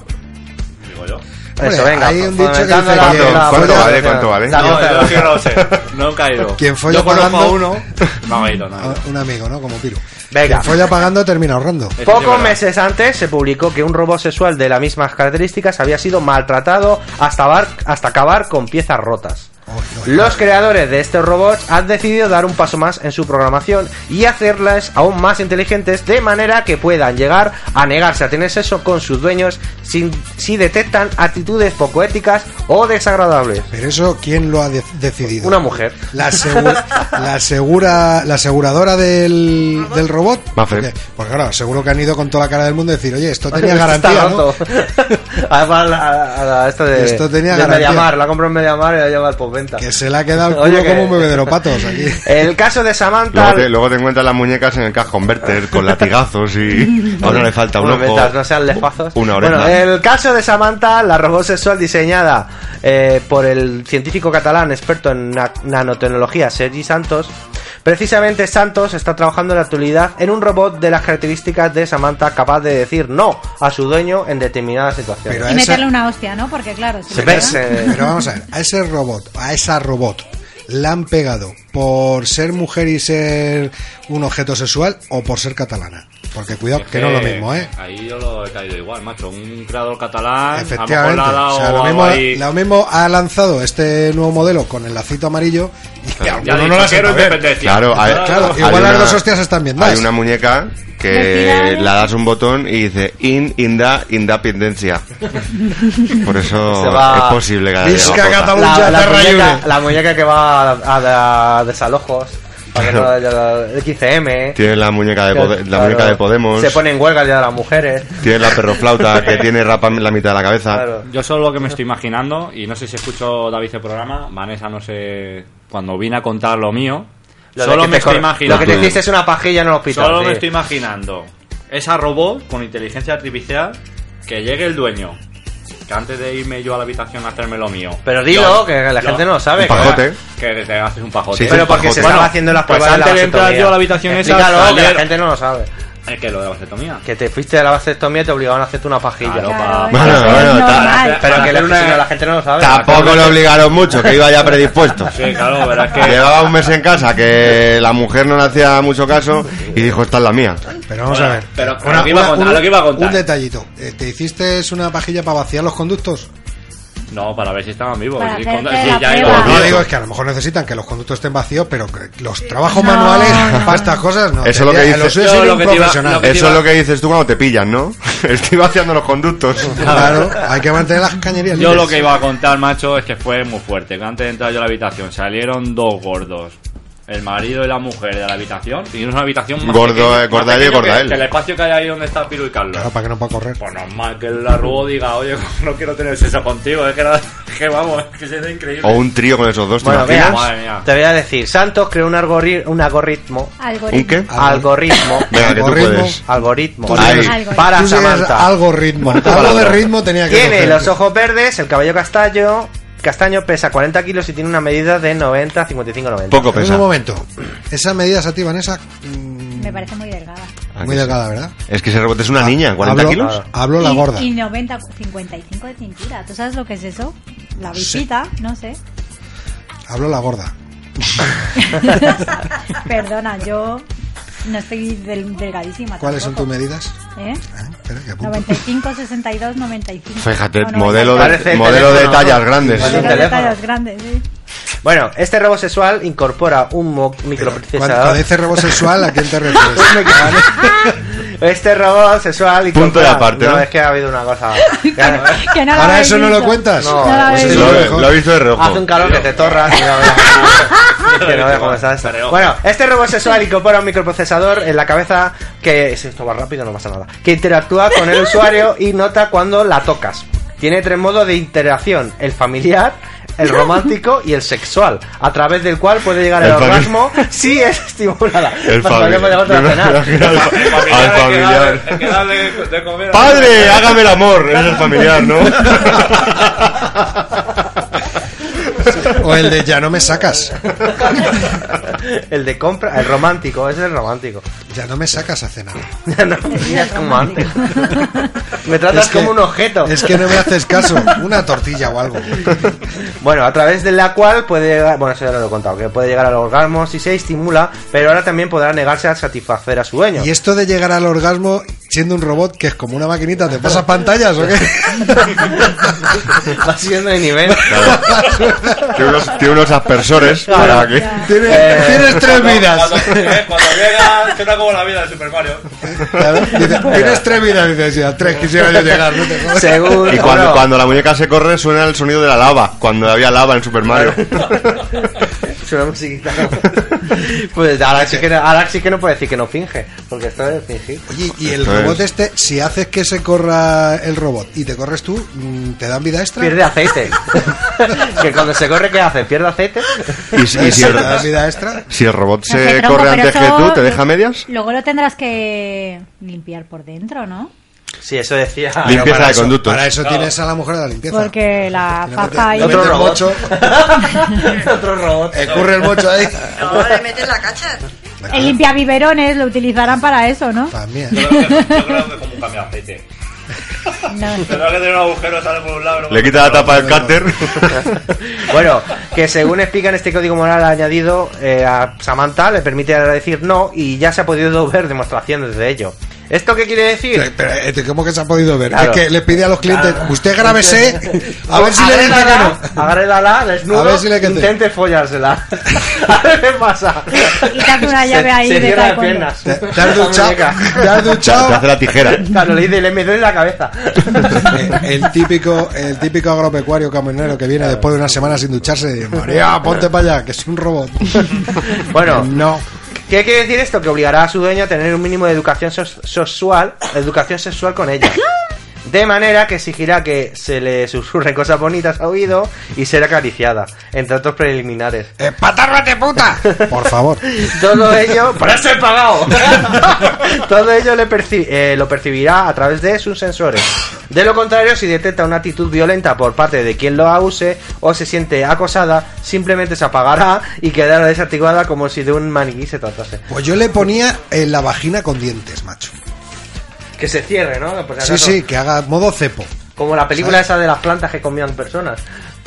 Speaker 14: Digo yo.
Speaker 1: Eso, venga.
Speaker 2: hay un dicho que dice
Speaker 1: fomentando la-
Speaker 2: que- ¿Cuánto-
Speaker 1: la-
Speaker 10: ¿Cuánto
Speaker 1: la-
Speaker 10: vale? ¿Cuánto vale?
Speaker 1: la-
Speaker 14: No, yo sí no lo sé. No he caído.
Speaker 2: Quien folla
Speaker 14: yo conozco
Speaker 2: pagando-
Speaker 14: a uno. No ha ido, no ha ido.
Speaker 2: A- Un amigo, ¿no? Como Piru.
Speaker 1: Venga.
Speaker 2: Quien folla pagando termina ahorrando.
Speaker 1: Pocos meses antes se publicó que un robot sexual de las mismas características había sido maltratado hasta, abar- hasta acabar con piezas rotas. Los creadores de estos robots han decidido dar un paso más en su programación y hacerlas aún más inteligentes de manera que puedan llegar a negarse a tener sexo con sus dueños sin- si detectan actitudes poco éticas o desagradables.
Speaker 2: Pero eso, ¿quién lo ha de- decidido?
Speaker 1: Una mujer.
Speaker 2: La, asegu- la, segura, la aseguradora del, del robot.
Speaker 10: Mafre.
Speaker 2: Porque, porque claro, seguro que han ido con toda la cara del mundo a decir, oye, esto tenía
Speaker 1: Está
Speaker 2: garantía, ¿no?
Speaker 1: roto. A, a- a- a esto de,
Speaker 2: Esto tenía
Speaker 1: de
Speaker 2: garantía.
Speaker 1: Mediamar, la compro en Mediamar y la llevo al postventa.
Speaker 2: Que se le ha quedado el culo
Speaker 1: Oye, que-
Speaker 2: como un bebedero patos aquí.
Speaker 1: El caso de Samantha.
Speaker 10: Luego te, luego te encuentras las muñecas en el cajón Verter con latigazos y ahora le falta un
Speaker 1: Bueno,
Speaker 10: ojo.
Speaker 1: mientras no sean lefazos.
Speaker 10: Una oreja.
Speaker 1: Bueno, eh, el caso de Samantha, la robot sexual diseñada eh, por el científico catalán experto en na- nanotecnología Sergi Santos. Precisamente Santos está trabajando en la actualidad en un robot de las características de Samantha capaz de decir no a su dueño en determinadas situaciones.
Speaker 2: Pero a
Speaker 11: y
Speaker 2: esa-
Speaker 11: meterle una hostia, ¿no? Porque claro, si
Speaker 1: Se
Speaker 11: lo
Speaker 1: ve,
Speaker 11: pega-
Speaker 1: se-
Speaker 2: Pero vamos a ver, a ese robot, a esa robot, ¿la han pegado por ser mujer y ser un objeto sexual o por ser catalana? Porque cuidado, que no es lo mismo, ¿eh?
Speaker 14: Ahí yo lo he caído igual, macho. Un creador catalán.
Speaker 2: Efectivamente.
Speaker 14: A lo mejor le ha dado
Speaker 2: o sea, lo,
Speaker 14: algo
Speaker 2: mismo,
Speaker 14: ahí.
Speaker 2: lo mismo ha lanzado este nuevo modelo con el lacito amarillo y
Speaker 10: Claro.
Speaker 2: alguno
Speaker 14: Ya
Speaker 2: no
Speaker 14: dijo,
Speaker 2: lo ha
Speaker 14: quiero
Speaker 2: sentado bien.
Speaker 14: independencia.
Speaker 10: Claro, hay-
Speaker 2: Claro,
Speaker 10: hay
Speaker 2: igual
Speaker 10: una-
Speaker 2: las dos hostias están bien dadas.
Speaker 10: Hay una muñeca que la das un botón y dice in, inda, independencia. Por eso
Speaker 1: Se va-
Speaker 10: es posible ganar.
Speaker 2: Visca Cataluña.
Speaker 1: la, la
Speaker 2: Terra
Speaker 1: muñeca,
Speaker 2: Lliure.
Speaker 1: la muñeca que va a, a- a desalojos, para que no haya XCM.
Speaker 10: Tiene la muñeca de, Pode-
Speaker 1: E.
Speaker 10: la
Speaker 1: Claro.
Speaker 10: muñeca de Podemos.
Speaker 1: Se pone en huelga el día de las mujeres.
Speaker 10: Tiene la perroflauta que tiene rapa en la mitad de la cabeza.
Speaker 1: Claro.
Speaker 14: Yo solo lo que me estoy imaginando, y no sé si escucho David el programa, Vanessa no sé, cuando vine a contar lo mío,
Speaker 1: Lo de
Speaker 14: solo
Speaker 1: que
Speaker 14: me
Speaker 1: te
Speaker 14: estoy
Speaker 1: cor-
Speaker 14: imaginando.
Speaker 1: Lo que te hiciste es una pajilla en el hospital.
Speaker 14: Solo
Speaker 1: sí.
Speaker 14: me estoy imaginando esa robot con inteligencia artificial que llegue el dueño. Que antes de irme yo a la habitación a hacerme lo mío.
Speaker 1: Pero dilo,
Speaker 14: Yo-
Speaker 1: que la
Speaker 14: yo-
Speaker 1: gente no lo sabe.
Speaker 10: Un pajote.
Speaker 14: Que te haces un pajote.
Speaker 10: Sí,
Speaker 1: Pero
Speaker 10: un
Speaker 1: porque
Speaker 10: pajote.
Speaker 1: se estaba
Speaker 14: Bueno,
Speaker 1: haciendo las
Speaker 14: pues
Speaker 1: pruebas de la
Speaker 14: antes de entrar
Speaker 1: vasectomía.
Speaker 14: yo a la habitación esa,
Speaker 1: Explícalo, que
Speaker 14: ayer-
Speaker 1: la gente no lo sabe.
Speaker 14: Es que lo de la vasectomía.
Speaker 1: Que te fuiste a la vasectomía y te obligaron a hacerte una pajilla.
Speaker 14: Claro,
Speaker 1: Claro.
Speaker 14: pa-
Speaker 10: Bueno, bueno, ta-
Speaker 11: normal.
Speaker 1: Pero que la,
Speaker 14: Una-
Speaker 1: si no, la gente no lo sabe.
Speaker 10: Tampoco lo obligaron mucho, que iba ya predispuesto.
Speaker 14: Sí, claro, verás que...
Speaker 10: Llevaba un mes en casa que la mujer no le hacía mucho caso y dijo, esta es la mía.
Speaker 2: Pero vamos
Speaker 14: Bueno,
Speaker 2: a ver.
Speaker 14: pero- pero lo que iba a contar, lo que iba a contar.
Speaker 2: un detallito. Eh, ¿Te hiciste una pajilla para vaciar los conductos?
Speaker 14: No, para ver si estaban vivos.
Speaker 11: Para
Speaker 14: Pues sí,
Speaker 11: hacerte
Speaker 14: con- sí,
Speaker 11: la
Speaker 14: ya
Speaker 11: prueba.
Speaker 14: iba.
Speaker 2: No, digo, es que a lo mejor necesitan que los conductos estén vacíos, pero que los trabajos
Speaker 11: No,
Speaker 2: manuales
Speaker 11: no.
Speaker 2: para estas cosas no.
Speaker 10: Eso es lo que
Speaker 2: Tendría-
Speaker 10: dices.
Speaker 2: suyo es
Speaker 14: Yo
Speaker 2: ir
Speaker 14: lo
Speaker 2: un
Speaker 14: que te iba-
Speaker 2: profesional.
Speaker 14: lo que te
Speaker 10: Eso es lo que dices tú cuando te pillan, ¿no? Estoy vaciando los conductos.
Speaker 2: Claro, hay que mantener las cañerías
Speaker 14: Yo
Speaker 2: libres.
Speaker 14: lo que iba a contar, macho, es que fue muy fuerte. Que antes de entrar yo a la habitación salieron dos gordos. El marido y la mujer de la habitación. Y una habitación más
Speaker 10: Gordo,
Speaker 14: pequeña,
Speaker 10: eh, gorda
Speaker 14: más
Speaker 10: ella y
Speaker 14: pequeña
Speaker 10: gorda
Speaker 14: que-
Speaker 10: él.
Speaker 14: que el espacio que hay ahí donde está Piru y Carlos.
Speaker 2: Claro, Ah, para que no pueda correr.
Speaker 14: Pues normal que el arrugo diga, oye, no quiero tener sexo contigo. Es que, era- que vamos, es que se ve increíble.
Speaker 10: O un trío con esos dos, ¿te
Speaker 1: Bueno,
Speaker 10: imaginas?
Speaker 1: mira,
Speaker 14: Madre mía.
Speaker 1: te voy a decir. Santos creó un, algori- un algoritmo.
Speaker 11: Algoritmo.
Speaker 10: ¿Un qué?
Speaker 1: Algoritmo.
Speaker 10: Venga, que tú
Speaker 2: Algoritmo.
Speaker 10: puedes.
Speaker 1: algoritmo.
Speaker 2: Tú
Speaker 10: Ahí.
Speaker 11: Algoritmo.
Speaker 1: Para
Speaker 2: Tú tienes
Speaker 1: Samantha.
Speaker 2: algo ritmo. Algo de
Speaker 10: palabra.
Speaker 2: ritmo tenía que
Speaker 1: Tiene
Speaker 2: coger.
Speaker 1: los ojos verdes, el cabello castaño, castaño pesa 40 kilos y tiene una medida de 90, 55, 90.
Speaker 10: Poco
Speaker 2: Pero
Speaker 10: pesa.
Speaker 2: Un momento. Esas medidas a ti, Vanessa, mm,
Speaker 11: Me parece muy delgada.
Speaker 10: Ah,
Speaker 2: muy
Speaker 10: que sí.
Speaker 2: delgada, ¿verdad? Ah,
Speaker 10: Es que se rebote es una niña, 40
Speaker 2: Hablo-
Speaker 10: kilos.
Speaker 2: Hablo la
Speaker 11: Y-
Speaker 2: gorda.
Speaker 11: Y 90, 55 de cintura. ¿Tú sabes lo que es eso? La visita, no sé.
Speaker 2: Hablo la gorda.
Speaker 11: Perdona, yo no estoy del- delgadísima.
Speaker 2: ¿Cuáles son tus
Speaker 11: tampoco.
Speaker 2: medidas? Ah,
Speaker 11: ¿Eh?
Speaker 2: Espera, que apunto.
Speaker 11: 95, 62, 95.
Speaker 10: Fíjate,
Speaker 11: O
Speaker 10: modelo de,
Speaker 1: Parece
Speaker 10: modelo de
Speaker 1: teléfono,
Speaker 10: tallas
Speaker 1: ¿no?
Speaker 10: grandes.
Speaker 1: Parece un
Speaker 11: Modelo de
Speaker 1: teléfono.
Speaker 11: tallas grandes, sí.
Speaker 1: Bueno, este robo sexual incorpora un mo-
Speaker 2: Cuando,
Speaker 1: microprocesador.
Speaker 2: cuando dices robo sexual, ¿a quién te refieres?
Speaker 1: Este robot sexual y
Speaker 10: Punto y aparte, ¿no?
Speaker 1: es que ha habido una cosa.
Speaker 11: Que no la
Speaker 2: Ahora
Speaker 11: habéis
Speaker 2: eso no lo
Speaker 11: visto.
Speaker 2: cuentas.
Speaker 1: No,
Speaker 11: No la
Speaker 1: pues
Speaker 11: habéis
Speaker 1: es
Speaker 10: Lo,
Speaker 1: lo
Speaker 10: he-
Speaker 1: mejor.
Speaker 10: lo he visto de reojo.
Speaker 1: Hace un calor que te torras. y la verdad- que no veas cómo estás. Bueno, este robot sexual incorpora un microprocesador en la cabeza que si esto va rápido no pasa nada. Que interactúa con el usuario y nota cuando la tocas. Tiene tres modos de interacción: el familiar, el romántico y el sexual, a través del cual puede llegar el,
Speaker 10: El fami-
Speaker 1: orgasmo si es estimulada.
Speaker 10: El
Speaker 1: Para que
Speaker 10: familiar.
Speaker 1: me levanto a cenar.
Speaker 10: Al familiar. Padre, hágame el amor. Es el familiar, ¿no?
Speaker 2: O el de ya no me sacas.
Speaker 1: El de compra, el romántico, ese es el romántico.
Speaker 2: Ya no me sacas a cenar.
Speaker 1: Ya no me miras como antes. Me tratas
Speaker 2: Es que-
Speaker 1: como un objeto.
Speaker 2: Es que no me haces caso. Una tortilla o algo.
Speaker 1: Bueno, a través de la cual puede llegar, bueno, eso ya lo he contado, que puede llegar al orgasmo si se estimula, pero ahora también podrá negarse a satisfacer a su dueño.
Speaker 2: Y esto de llegar al orgasmo siendo un robot que es como una maquinita, ¿te pasas pantallas o qué?
Speaker 1: Va siendo de nivel.
Speaker 10: Tiene unos, tiene unos aspersores para que.
Speaker 2: Tiene-
Speaker 1: Eh,
Speaker 2: tienes tres vidas.
Speaker 14: Cuando llega, será como la vida de Super Mario.
Speaker 2: Claro, dice, Tienes tres vidas, dices, ya, tres quisiera yo llegar. no te jodas.
Speaker 1: Según
Speaker 10: Y cuando,
Speaker 1: bueno,
Speaker 10: cuando la muñeca se corre suena el sonido de la lava, cuando había lava en Super Mario.
Speaker 1: es una musiquita. Pues ahora sí, que no, ahora sí que no puede decir que no finge, porque esto es fingir.
Speaker 2: Oye, y el
Speaker 10: Esto
Speaker 2: robot
Speaker 10: es.
Speaker 2: este, si haces que se corra el robot y te corres tú, mm, ¿te dan vida extra?
Speaker 1: Pierde aceite. que cuando se corre, ¿qué hace? ¿Pierde aceite?
Speaker 10: Y, si- y si,
Speaker 2: ¿Te dan
Speaker 10: el,
Speaker 2: vida extra?
Speaker 10: si el robot
Speaker 11: No sé,
Speaker 10: se
Speaker 11: tronco,
Speaker 10: corre
Speaker 11: pero
Speaker 10: antes que
Speaker 11: eso-
Speaker 10: tú, ¿te deja medias?
Speaker 11: Luego lo tendrás que limpiar por dentro, ¿no?
Speaker 1: Sí, eso decía.
Speaker 10: Limpieza
Speaker 2: Pero para
Speaker 10: de
Speaker 2: eso-
Speaker 10: conductos.
Speaker 2: Para eso tienes a la mujer de la limpieza.
Speaker 11: Porque la
Speaker 2: Le metes-
Speaker 11: faja ahí...
Speaker 2: le metes
Speaker 1: Otro robot.
Speaker 2: bocho,
Speaker 1: Otro robot.
Speaker 2: escurre Eh, el bocho ahí.
Speaker 15: No, le metes la cacha.
Speaker 11: El limpia biberones lo utilizarán para eso, ¿no?
Speaker 2: También.
Speaker 14: Yo creo que, yo creo que como un cambio de aceite.
Speaker 11: No.
Speaker 14: Tendrá que tener un agujero, sale por un lado.
Speaker 10: Le quita la tapa del cárter.
Speaker 1: Bueno, que según explican este código moral añadido eh, a Samantha le permite decir no y ya se ha podido ver demostraciones de ello. ¿Esto qué quiere decir?
Speaker 2: Pero, pero, eh, ¿Cómo que se ha podido ver?
Speaker 1: Claro.
Speaker 2: Es que le pide a los clientes, usted grábese, a ver si le
Speaker 1: Pues
Speaker 2: dice que
Speaker 1: Agrégala,
Speaker 2: no.
Speaker 1: agrégala, desnudo,
Speaker 2: A ver si le quede.
Speaker 1: intente follársela. a ver qué pasa.
Speaker 11: Quítate una llave
Speaker 1: Se-
Speaker 11: ahí
Speaker 1: se
Speaker 11: de
Speaker 1: cierra las
Speaker 11: taekwondo.
Speaker 1: piernas.
Speaker 2: Te, te has
Speaker 1: La
Speaker 2: duchado,
Speaker 1: muñeca.
Speaker 2: te has
Speaker 10: Te hace
Speaker 2: duchado.
Speaker 10: la tijera.
Speaker 1: Claro, le dice, le meto en la cabeza.
Speaker 2: Eh, El típico, el típico agropecuario camionero que viene después de una semana sin ducharse y dice, María, ponte para allá, que es un robot.
Speaker 1: Bueno,
Speaker 2: Eh, no.
Speaker 1: ¿Qué quiere decir esto? Que obligará a su dueño a tener un mínimo de educación sos- sexual, educación sexual con ella. De manera que exigirá que se le susurren cosas bonitas a oído y ser acariciada, entre otros preliminares.
Speaker 2: ¡Espatárrate, puta! Eh, Por favor.
Speaker 1: Todo ello. ¡Por eso he pagado! Todo ello le perci- eh, lo percibirá a través de sus sensores. De lo contrario, si detecta una actitud violenta por parte de quien lo abuse o se siente acosada, simplemente se apagará y quedará desactivada como si de un maniquí se tratase.
Speaker 2: Pues yo le ponía en la vagina con dientes, macho.
Speaker 1: Que se cierre, ¿no? Por si
Speaker 2: Sí,
Speaker 1: acaso.
Speaker 2: sí, que haga modo cepo.
Speaker 1: Como la película esa de las plantas que comían personas.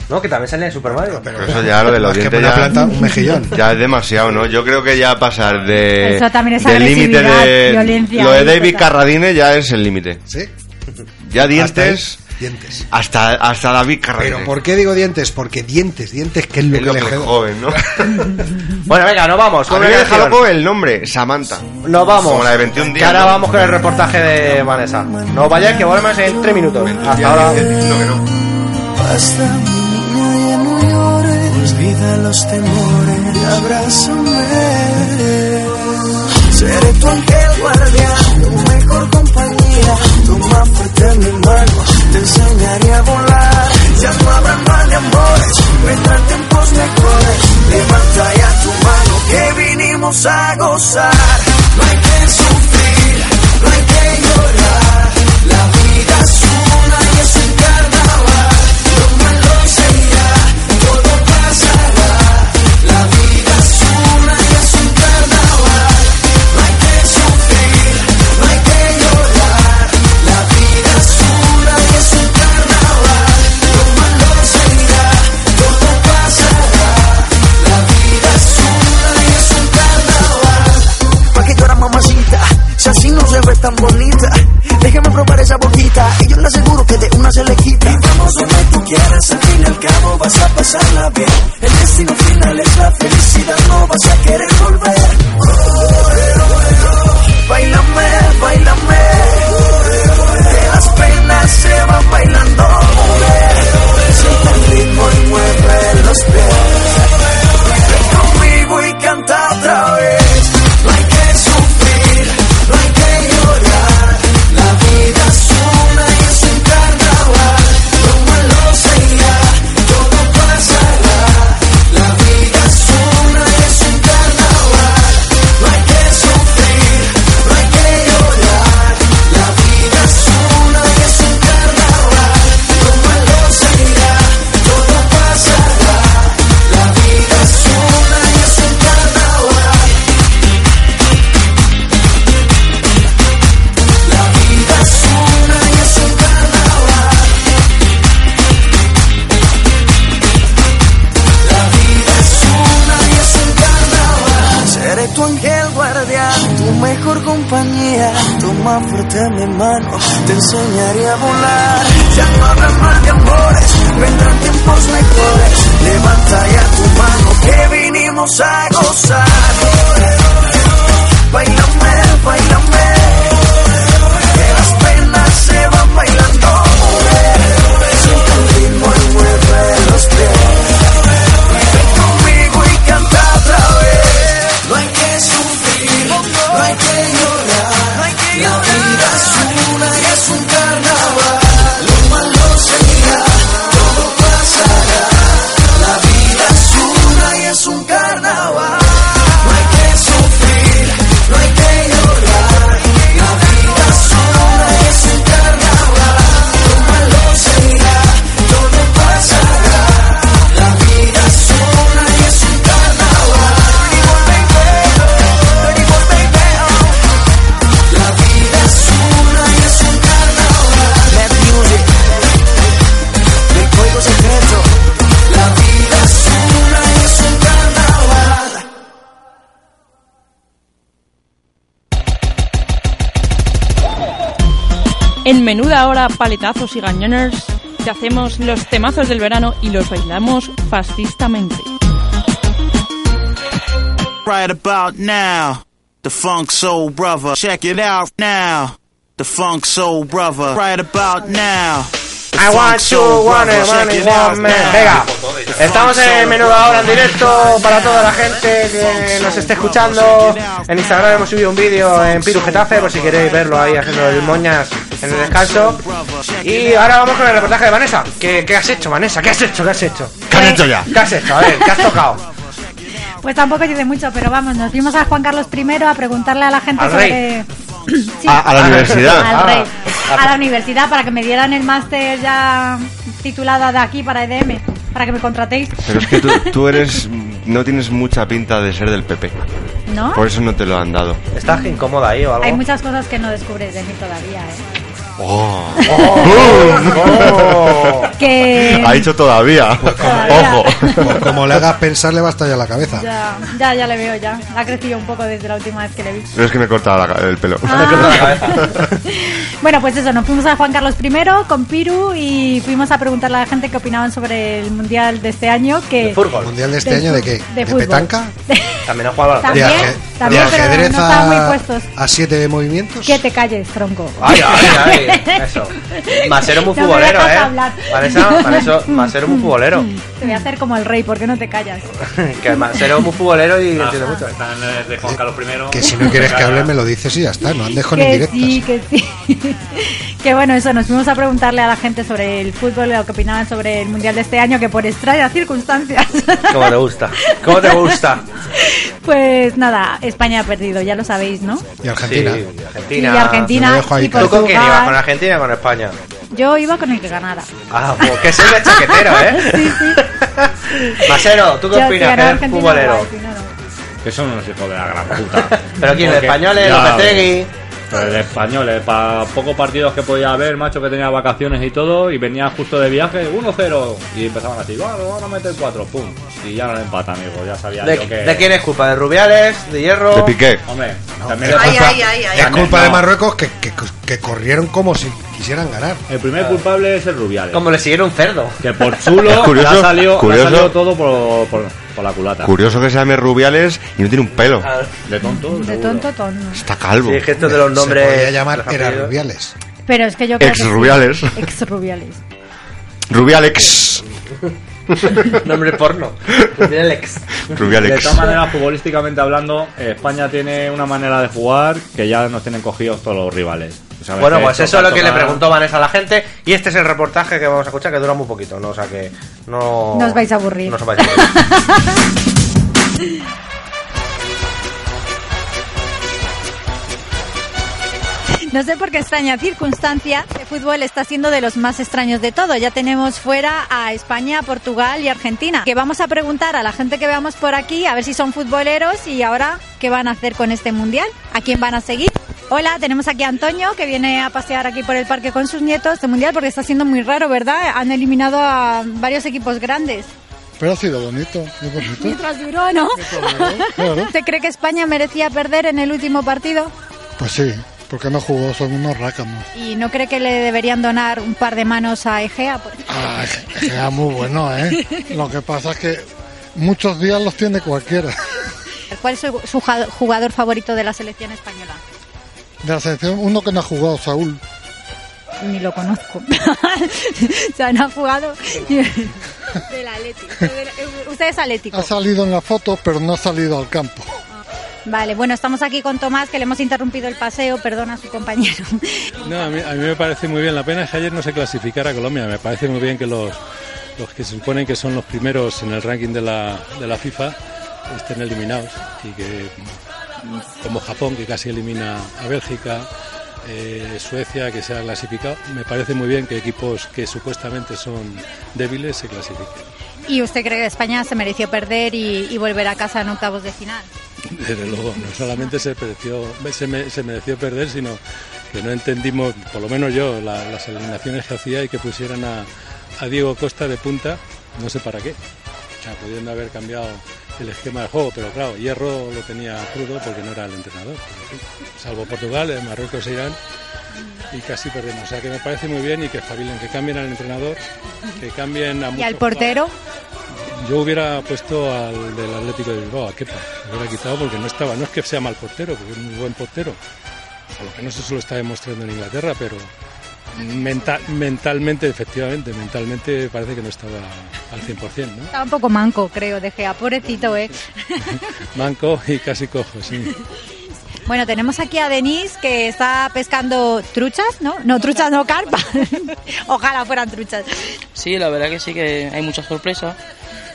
Speaker 1: ¿No? Que también sale en Super Mario.
Speaker 10: Pero eso ya lo de los
Speaker 2: Más que
Speaker 10: dientes
Speaker 2: una
Speaker 10: ya-
Speaker 2: planta, un mejillón.
Speaker 10: Ya es demasiado, ¿no? Yo creo que ya pasar de.
Speaker 11: Eso también es
Speaker 10: del límite
Speaker 11: agresividad,
Speaker 10: de.
Speaker 11: violencia,
Speaker 10: Lo de
Speaker 11: ahí,
Speaker 10: David
Speaker 11: total.
Speaker 10: Carradine ya es el límite.
Speaker 2: ¿Sí? Hasta
Speaker 10: Ya
Speaker 2: ahí,
Speaker 10: dientes.
Speaker 2: dientes.
Speaker 10: Hasta, hasta David Carradine.
Speaker 2: Pero ¿por qué digo dientes? Porque dientes, dientes, que es lo
Speaker 10: Es
Speaker 2: que
Speaker 10: lo
Speaker 2: le
Speaker 10: que es
Speaker 2: jode.
Speaker 10: joven, ¿no?
Speaker 1: Bueno, venga, nos vamos.
Speaker 10: A
Speaker 1: Una
Speaker 10: mí me
Speaker 1: canción.
Speaker 10: deja loco el nombre, Samantha.
Speaker 1: Nos vamos.
Speaker 10: Como la de 21
Speaker 1: Que
Speaker 10: días.
Speaker 1: ahora
Speaker 10: ¿no?
Speaker 1: vamos con el reportaje de Vanessa. No os vayáis que volvemos en 3 minutos. Hasta ahora.
Speaker 10: Diciendo que no.
Speaker 13: Basta, mi niña, ya no llores. Olvida los temores, abrázame. Seré tu ángel guardián, tu mejor compañía. Toma fuerte mi mano, te enseñaré a volar. Ya no habrá más de amores, vendrán tiempos mejores. Levanta ya tu mano, que vinimos a gozar. No hay que sufrir, no hay que llorar. La vida es una y es un carnaval. Lo malo se irá, todo pasará. La vida es una y es un carnaval. No hay que sufrir, no hay que llorar. La vida es una y es un carnaval. Lo malo se irá, todo pasará. La vida es tan bonita. Déjame probar esa boquita y yo le aseguro que de una se le quita. Y vamos donde tú quieras, al fin y al cabo vas a pasarla bien. El destino final es la felicidad, no vas a querer volver. Oh, eh, oh, eh, oh. Bailame, bailame. De las penas se van bailando. Sienta el ritmo y mueve los pies. Ven conmigo y canta otra vez. No hay que sufrir, no hay que llorar. La vida es una y es un carnaval. Lo malo se irá, todo pasará. La vida es una y es un carnaval. No hay que sufrir, no hay que llorar. La vida es una y es un carnaval. Lo malo se irá, todo pasará. La vida es una y es un carnaval. La vida es una y es un carnaval. La vida es una y es un carnaval. Seré tu ángel guardián, tu mejor compañía. Toma fuerte mi mano, te enseñaré a volar. Ya no habrá más de amores, vendrán tiempos mejores. Levanta ya tu mano que vinimos a gozar. Bailame, bailame. Que las penas se van bailando. Siente el ritmo y mueve los pies. Ven conmigo y canta otra vez. No hay que sufrir, no hay que llorar. La vida es una y es un carnaval. Lo malo se irá, todo pasará. La vida es una y es un carnaval. No hay que sufrir, no hay que llorar. La vida es una y es un carnaval. Lo malo se irá, todo pasará. La vida es una y es un carnaval. La vida es una y es un carnaval. Let music. El juego secreto. La vida es una y es un carnaval.
Speaker 15: En menuda hora, paletazos y gañoners, te hacemos los temazos del verano y los bailamos fascistamente.
Speaker 16: right about now. The Funk Soul Brother. Check it out now. The Funk Soul Brother. Right about now.
Speaker 1: I want you, want it, want it, want me. Venga, estamos en menudo ahora en directo para toda la gente que nos esté escuchando. En Instagram hemos subido un vídeo en Piru Getafe por si queréis verlo ahí haciendo el moñas en el descanso. Y ahora vamos con el reportaje de Vanessa. ¿Qué, qué has hecho, Vanessa? ¿Qué has hecho? ¿Qué has hecho?
Speaker 10: ¿Qué han hecho ya?
Speaker 1: ¿Qué has hecho? A ver, ¿qué has tocado?
Speaker 11: Pues tampoco dice mucho, pero vamos, nos fuimos a Juan Carlos I a preguntarle a la gente
Speaker 10: Al
Speaker 11: sobre.
Speaker 10: rey. Ah,
Speaker 11: Sí.
Speaker 10: A, a la universidad.
Speaker 11: Al rey. A la universidad para que me dieran el máster ya titulada de aquí para EDM, para que me contratéis.
Speaker 10: Pero es que tú, tú eres. No tienes mucha pinta de ser del PP.
Speaker 11: ¿No?
Speaker 10: Por eso no te lo han dado.
Speaker 1: ¿Estás incómoda ahí o
Speaker 11: Hay muchas cosas que no descubres de mí todavía, ¿eh?
Speaker 10: Oh.
Speaker 11: Que-
Speaker 10: Ha dicho todavía. Ojo.
Speaker 2: Como le hagas pensar, le va a estallar la cabeza.
Speaker 11: Ya, ya, ya le veo ya. Ha crecido un poco desde la última vez que le vi.
Speaker 10: Pero es que me he cortado la ca- el pelo.
Speaker 11: Bueno, pues eso, nos fuimos a Juan Carlos I con Piru y fuimos a preguntarle a la gente qué opinaban sobre el mundial de este año. Que
Speaker 2: ¿El mundial de este año de qué?
Speaker 11: De,
Speaker 2: ¿De
Speaker 11: fútbol.
Speaker 2: petanca?
Speaker 1: También ha jugado a la
Speaker 11: También,
Speaker 2: de aje-
Speaker 11: también,
Speaker 2: de
Speaker 11: pero
Speaker 2: ajedrez
Speaker 11: no
Speaker 2: a,
Speaker 11: estaban muy puestos.
Speaker 2: a siete movimientos.
Speaker 11: Que te calles, tronco.
Speaker 1: Ay, ay, ay, eso. Masero muy
Speaker 11: No me
Speaker 1: futbolero,
Speaker 11: dejas
Speaker 1: eh.
Speaker 11: hablar.
Speaker 1: Vanessa, para eso, Masero muy futbolero.
Speaker 11: Te voy a hacer como el rey, ¿por qué no te callas?
Speaker 1: Que Masero muy futbolero y
Speaker 14: Ah,
Speaker 1: entiende mucho.
Speaker 14: Están eh, de Juan Carlos I.
Speaker 2: Que si no quieres que hable, me lo dices y ya está. No andes con
Speaker 11: que
Speaker 2: indirectas.
Speaker 11: sí, que sí. que bueno, eso, nos fuimos a preguntarle a la gente sobre el fútbol, lo que opinaban sobre el mundial de este año, que por extrañas circunstancias,
Speaker 1: ¿Cómo te gusta? ¿Cómo te gusta?
Speaker 11: pues nada, España ha perdido, ya lo sabéis, ¿no?
Speaker 2: Y Argentina.
Speaker 1: Sí, Argentina.
Speaker 11: Y Argentina, Me lo dejo ahí. y
Speaker 1: ¿Tú con quién
Speaker 11: Portugal.
Speaker 1: ibas? ¿Con Argentina o con España?
Speaker 11: Yo iba con el que ganara.
Speaker 1: Ah, pues que soy de chaquetero, ¿eh?
Speaker 11: Sí,
Speaker 1: Masero, ¿tú qué opinas?
Speaker 11: Yo, si
Speaker 1: Que
Speaker 14: eh,
Speaker 11: ganaba
Speaker 1: eres
Speaker 11: Argentina,
Speaker 1: futbolero.
Speaker 11: guay, si no, no.
Speaker 14: Que son unos hijos de la gran puta.
Speaker 1: ¿Pero quién? ¿Los
Speaker 14: Porque-
Speaker 1: españoles?
Speaker 14: Ya,
Speaker 1: ¿Los Petegui?
Speaker 14: Pero el español, eh, para pocos partidos que podía haber, macho, que tenía vacaciones y todo, y venía justo de viaje, 1-0, y empezaban así, vamos, vamos a meter 4, pum, y ya no empata, amigo, ya sabía
Speaker 1: ¿De,
Speaker 14: yo que...
Speaker 1: de quién es culpa? ¿De Rubiales? ¿De Hierro?
Speaker 10: De Piqué.
Speaker 14: Hombre,
Speaker 2: Es
Speaker 14: también le
Speaker 2: culpa,
Speaker 14: pasa-
Speaker 2: es
Speaker 14: también-
Speaker 2: culpa de
Speaker 14: no,
Speaker 2: Marruecos que, que- que corrieron como si quisieran ganar.
Speaker 14: El primer culpable es el Rubiales.
Speaker 1: Como le siguieron cerdo.
Speaker 14: Que por chulo
Speaker 10: Es curioso,
Speaker 14: le ha salido, le ha
Speaker 10: curioso.
Speaker 14: salido todo por, por- por la culata.
Speaker 10: Curioso que se llame Rubiales y no tiene un pelo.
Speaker 14: De tonto.
Speaker 11: De tonto, tonto.
Speaker 10: Está calvo.
Speaker 1: Ah. Sí, es que esto de los nombres-
Speaker 2: Se podría llamar
Speaker 1: los
Speaker 2: era
Speaker 1: apellidos.
Speaker 2: Rubiales.
Speaker 11: Pero es que yo creo que sí.
Speaker 10: Exrubiales.
Speaker 11: Exrubiales.
Speaker 10: Rubialex.
Speaker 1: Nombre porno. Rubialex.
Speaker 14: De
Speaker 10: Rubialex.
Speaker 14: todas maneras, futbolísticamente hablando, eh, España tiene una manera de jugar que ya nos tienen cogidos todos los rivales. O sea,
Speaker 1: Bueno,
Speaker 14: que
Speaker 1: pues
Speaker 14: esto
Speaker 1: eso es
Speaker 14: va
Speaker 1: lo que
Speaker 14: a
Speaker 1: le
Speaker 14: tocar-
Speaker 1: preguntó Vanessa a la gente. Y este es el reportaje que vamos a escuchar, que dura muy poquito, ¿no? O sea que no.
Speaker 11: No os vais a aburrir.
Speaker 1: No os vais a aburrir.
Speaker 11: No sé por qué extraña circunstancia, el fútbol está siendo de los más extraños de todo. Ya tenemos fuera a España, Portugal y Argentina. Que vamos a preguntar a la gente que veamos por aquí a ver si son futboleros y ahora qué van a hacer con este mundial, a quién van a seguir. Hola, tenemos aquí a Antonio que viene a pasear aquí por el parque con sus nietos este mundial porque está siendo muy raro, ¿verdad? Han eliminado a varios equipos grandes.
Speaker 17: Pero ha sido bonito, muy bonito.
Speaker 11: Mientras duró, ¿no?
Speaker 17: Claro.
Speaker 11: ¿Usted cree que España merecía perder en el último partido?
Speaker 17: Pues sí, porque no jugó, son unos rácamos.
Speaker 11: ¿Y no cree que le deberían donar un par de manos a Egea? por ejemplo?
Speaker 17: Ah, era muy bueno, ¿eh? Lo que pasa es que muchos días los tiene cualquiera.
Speaker 11: ¿Cuál es su, su ja- jugador favorito de la selección española?
Speaker 17: De la selección, uno que no ha jugado, Saúl.
Speaker 11: Ni lo conozco. Se han jugado del Atlético. eh, Usted es atlético.
Speaker 17: Ha salido en la foto, pero no ha salido al campo.
Speaker 11: Vale, bueno, estamos aquí con Tomás, que le hemos interrumpido el paseo, perdona a su compañero.
Speaker 18: No, a mí, a mí me parece muy bien. La pena es que ayer no se clasificara Colombia. Me parece muy bien que los, los que se suponen que son los primeros en el ranking de la, de la FIFA estén eliminados. Y que, mm, como Japón, que casi elimina a Bélgica, eh, Suecia, que se ha clasificado, me parece muy bien que equipos que supuestamente son débiles se clasifiquen.
Speaker 11: ¿Y usted cree que España se mereció perder y, y volver a casa en octavos de final?
Speaker 18: Desde luego, no solamente se, mereció, se, me- se mereció perder, sino que no entendimos, por lo menos yo, la- las eliminaciones que hacía y que pusieran a, a Diego Costa de punta, no sé para qué. O sea, pudiendo haber cambiado el esquema de juego, pero claro, Hierro lo tenía crudo porque no era el entrenador. pero sí, Salvo Portugal, eh, Marruecos e Irán, y casi perdemos. O sea, que me parece muy bien y que espabilen, que cambien al entrenador, que cambien a
Speaker 11: ¿Y al
Speaker 18: muchos
Speaker 11: portero?
Speaker 18: yo hubiera puesto al del Atlético de Bilbao, a Kepa. Lo hubiera quitado porque no estaba. No es que sea mal portero, porque es un buen portero. A lo que no se solo está demostrando en Inglaterra, pero mental, mentalmente, efectivamente, mentalmente parece que no estaba al 100%, ¿no?
Speaker 11: Estaba un poco manco, creo, de Gea. Pobrecito, ¿eh?
Speaker 18: Manco y casi cojo, sí.
Speaker 11: Bueno, tenemos aquí a Denise que está pescando truchas, ¿no? No, truchas no, carpa. Ojalá fueran truchas.
Speaker 19: Sí, la verdad que sí que hay muchas sorpresas.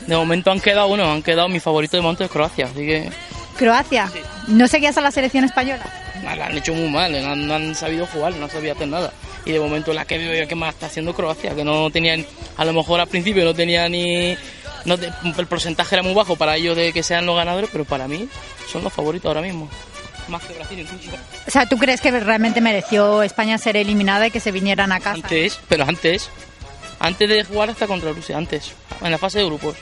Speaker 19: De momento han quedado uno, han quedado mi favorito de momento es Croacia, así que
Speaker 11: Croacia, ¿no seguías a la selección española?
Speaker 19: nah, la han hecho muy mal, no han, no han sabido jugar, no han sabido hacer nada. Y de momento la que veo yo que más está haciendo Croacia, que no tenían, a lo mejor al principio no tenía ni... no te- el porcentaje era muy bajo para ellos de que sean los ganadores, pero para mí son los favoritos ahora mismo. Más que Brasil incluso.
Speaker 11: O sea, ¿tú crees que realmente mereció España ser eliminada y que se vinieran a casa?
Speaker 19: Antes, pero antes, antes de jugar hasta contra Rusia, antes, en la fase de grupos.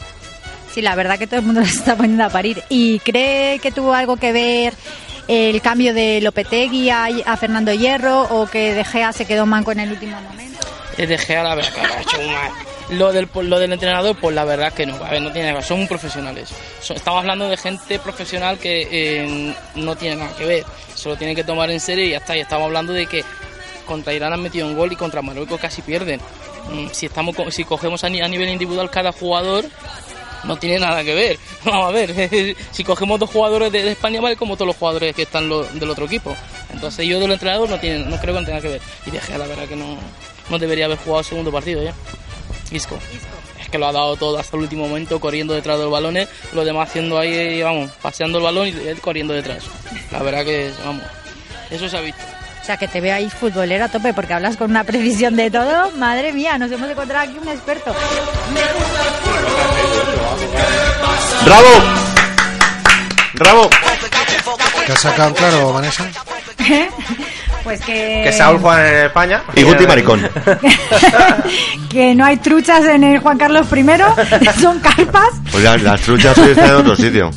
Speaker 11: Sí, la verdad que todo el mundo les está poniendo a parir. ¿Y cree que tuvo algo que ver el cambio de Lopetegui a, a Fernando Hierro o que De Gea se quedó manco en el último momento?
Speaker 19: Es de Gea, Eh, la verdad que lo ha hecho muy mal. Lo del, lo del entrenador, pues la verdad que no. A ver, no tiene nada. Son muy profesionales. So- estamos hablando de gente profesional que eh, no tiene nada que ver. Se lo tienen que tomar en serio y ya está. Y estamos hablando de que contra Irán han metido un gol y contra Marruecos casi pierden. Mm, Si, estamos, co- si cogemos a, ni- a nivel individual cada jugador, no tiene nada que ver. Vamos a ver, si cogemos dos jugadores de, de España, vale como todos los jugadores que están lo- del otro equipo. Entonces yo del entrenador no, tiene, no creo que tenga que ver. Y dejé, la verdad que no, no debería haber jugado el segundo partido ya. Isco. Es que lo ha dado todo hasta el último momento, corriendo detrás de los balones, los demás haciendo ahí, vamos, paseando el balón y él corriendo detrás. La verdad que, vamos, eso se ha visto.
Speaker 11: O sea, que te veo ahí futbolero a tope porque hablas con una precisión de todo. Madre mía, nos hemos encontrado aquí un experto.
Speaker 10: ¡Bravo! ¡Bravo!
Speaker 2: ¿Te has sacado claro, Vanessa?
Speaker 11: Pues que.
Speaker 1: Que Saúl juega en España.
Speaker 10: Y Guti Maricón.
Speaker 11: que no hay truchas en el Juan Carlos I, son carpas.
Speaker 10: Pues las, las truchas hoy están en otro sitio.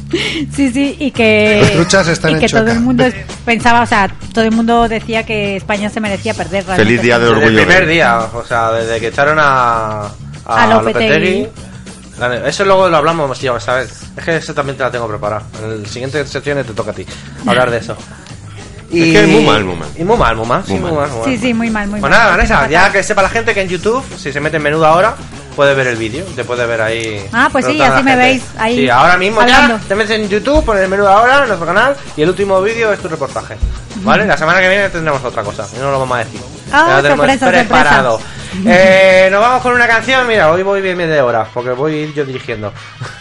Speaker 11: Sí, sí, y que.
Speaker 10: Las truchas están
Speaker 11: y
Speaker 10: en
Speaker 11: que
Speaker 10: Chueca.
Speaker 11: todo el mundo es- pensaba, o sea, todo el mundo decía que España se merecía perder. realmente.
Speaker 1: del El primer día, o sea, desde que echaron a.
Speaker 11: A Lopetegui.
Speaker 1: Gane- Eso luego lo hablamos, tío, esta vez. Es que eso también te la tengo preparada. En el siguiente sección te toca a ti hablar de eso.
Speaker 10: Es que es muy mal, muy mal.
Speaker 1: Y muy mal, muy mal. sí,
Speaker 10: Muy
Speaker 1: muy
Speaker 10: mal.
Speaker 1: mal, muy
Speaker 11: Sí,
Speaker 1: mal.
Speaker 11: sí, muy mal, muy
Speaker 1: Pues
Speaker 11: mal.
Speaker 1: nada, Vanessa, ya que sepa la gente que en YouTube, si se mete en menudo ahora, puede ver el vídeo, te puede ver ahí.
Speaker 11: Ah, pues sí,
Speaker 1: preguntar a la
Speaker 11: así me
Speaker 1: gente.
Speaker 11: veis ahí
Speaker 1: Sí, ahora mismo
Speaker 11: hablando.
Speaker 1: ya te metes en YouTube, pones el menudo ahora en nuestro canal y el último vídeo es tu reportaje. ¿Vale? La semana que viene tendremos otra cosa, y no lo vamos a decir.
Speaker 11: Ah,
Speaker 1: ya lo tenemos
Speaker 11: sorpresa, sorpresa.
Speaker 1: preparado. Eh, nos vamos con una canción, mira, hoy voy bien de hora, porque voy a ir yo dirigiendo.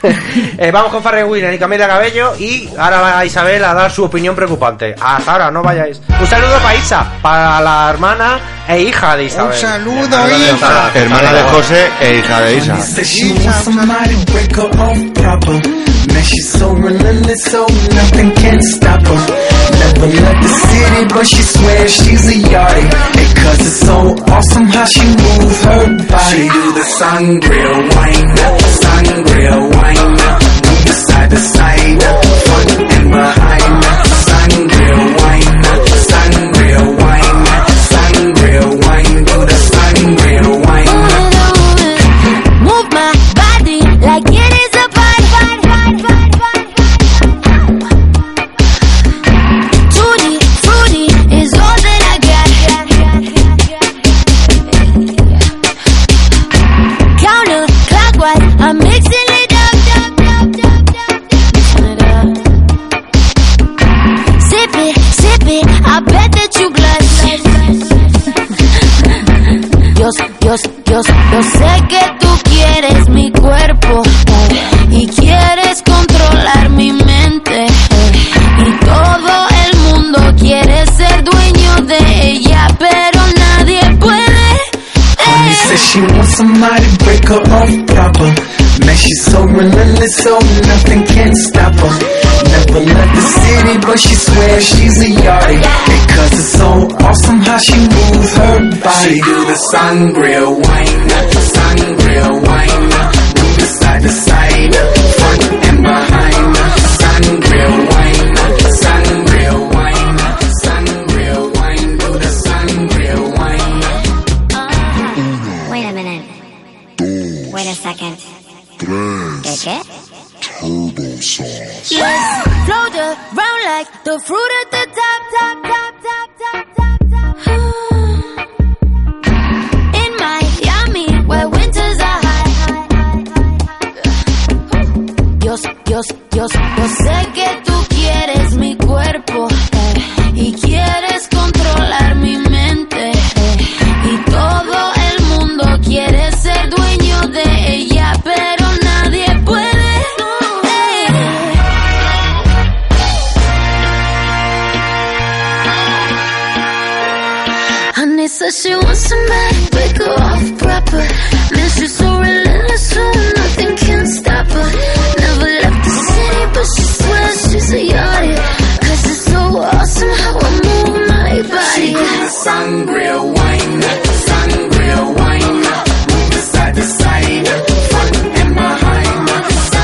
Speaker 1: Eh, vamos con Farrell Winner y Camila Cabello y ahora va Isabel a dar su opinión preocupante. Hasta ahora, no vayáis. Un saludo para Isa, para la hermana e hija de Isabel.
Speaker 2: Un saludo,
Speaker 1: Isa.
Speaker 10: Hermana de José e hija de Isa.
Speaker 20: Said she wants somebody to wake her up proper. Man, she's so relentless, so nothing can stop her. Never left the city, but she swears she's a yardie. And cause it's so awesome how she moves her body. She do the sangria wine, sangria wine. Move the side to side, front and behind. Sangria wine, sangria wine, sangria wine. Do the sangria wine.
Speaker 21: Move my body like it is a party. party, party, party, party, party. Tutti frutti is all that I got. Counter clockwise, I'm mixing it up, up, up, up, up, mixing it up. Sip it, sip it, I bet that you glass. Yo, yo, yo, yo sé que tú quieres mi cuerpo eh, y quieres controlar mi mente eh, y todo el mundo quiere ser dueño de ella, pero nadie puede.
Speaker 20: Honey says she wants somebody to break her off proper. Man, she's so relentless, so nothing can stop her. Never left the city, but she swears she's a yardie. Because it's so awesome how she moves her body. She do the sangria wine, sangria wine. Move the side to side, front and behind. Sangria wine, sangria wine, sangria wine. Do the sangria wine.
Speaker 13: Wait a minute. Wait a second. ¿Qué qué?
Speaker 21: Let's float around like the fruit at the top, top, top, top, top, top, top. In Miami, where winters are hot. Dios, Dios, Dios, yo sé que tú quieres mi cuerpo eh, y quieres controlar mi mente eh, y todo el mundo quiere ser dueño de ella, pero nadie puede. eh. Honey says she wants somebody break her off proper. Man, she's so relentless, so nothing can stop her. Never left the city, but she swears she's a yardie. Cause it's so awesome how I move my
Speaker 20: She
Speaker 21: body.
Speaker 20: do the sangria wine, sangria wine. Move the side to side, front and behind.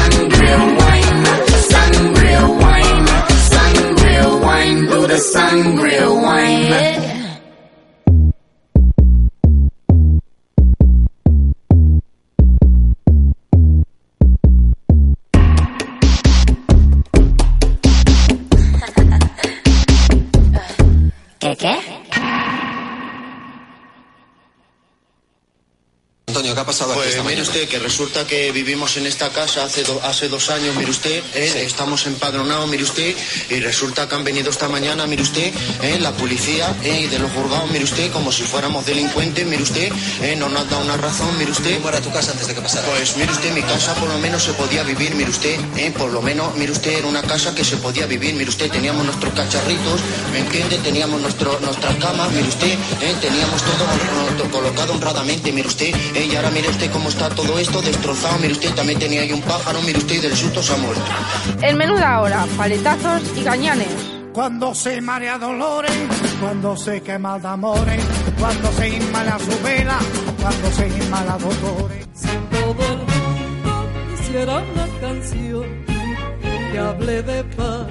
Speaker 20: Sangria wine, sangria wine, sangria wine. Do the sangria wine.
Speaker 13: ¿Qué qué?
Speaker 22: Antonio, ¿qué ha pasado aquí esta mañana? Pues usted, que resulta que vivimos en esta casa hace, do- hace dos años, mire usted, ¿eh? estamos empadronados, mire usted, y resulta que han venido esta mañana, mire usted, ¿eh? la policía ¿eh? y de los juzgados, mire usted, como si fuéramos delincuentes, mire usted, ¿eh? no nos han dado una razón, mire usted. ¿Cómo era tu casa antes de que pasara? Pues mire usted, mi casa por lo menos se podía vivir, mire usted, ¿eh? por lo menos, mire usted, era una casa que se podía vivir, mire usted, teníamos nuestros cacharritos, ¿me entiende? Teníamos nuestro, nuestras camas, mire usted, ¿eh? teníamos todo nuestro colocado honradamente, mire usted, ¿eh? y ahora mire usted cómo está todo esto destrozado, mire usted, también tenía ahí un pájaro, mire usted, y del susto se ha muerto.
Speaker 23: El menú de ahora, paletazos y cañanes.
Speaker 24: cuando se marea dolores, cuando se quema de amores, cuando se inmala su vela, cuando se inmala dolores.
Speaker 3: Todo el mundo quisiera una canción que hable de paz.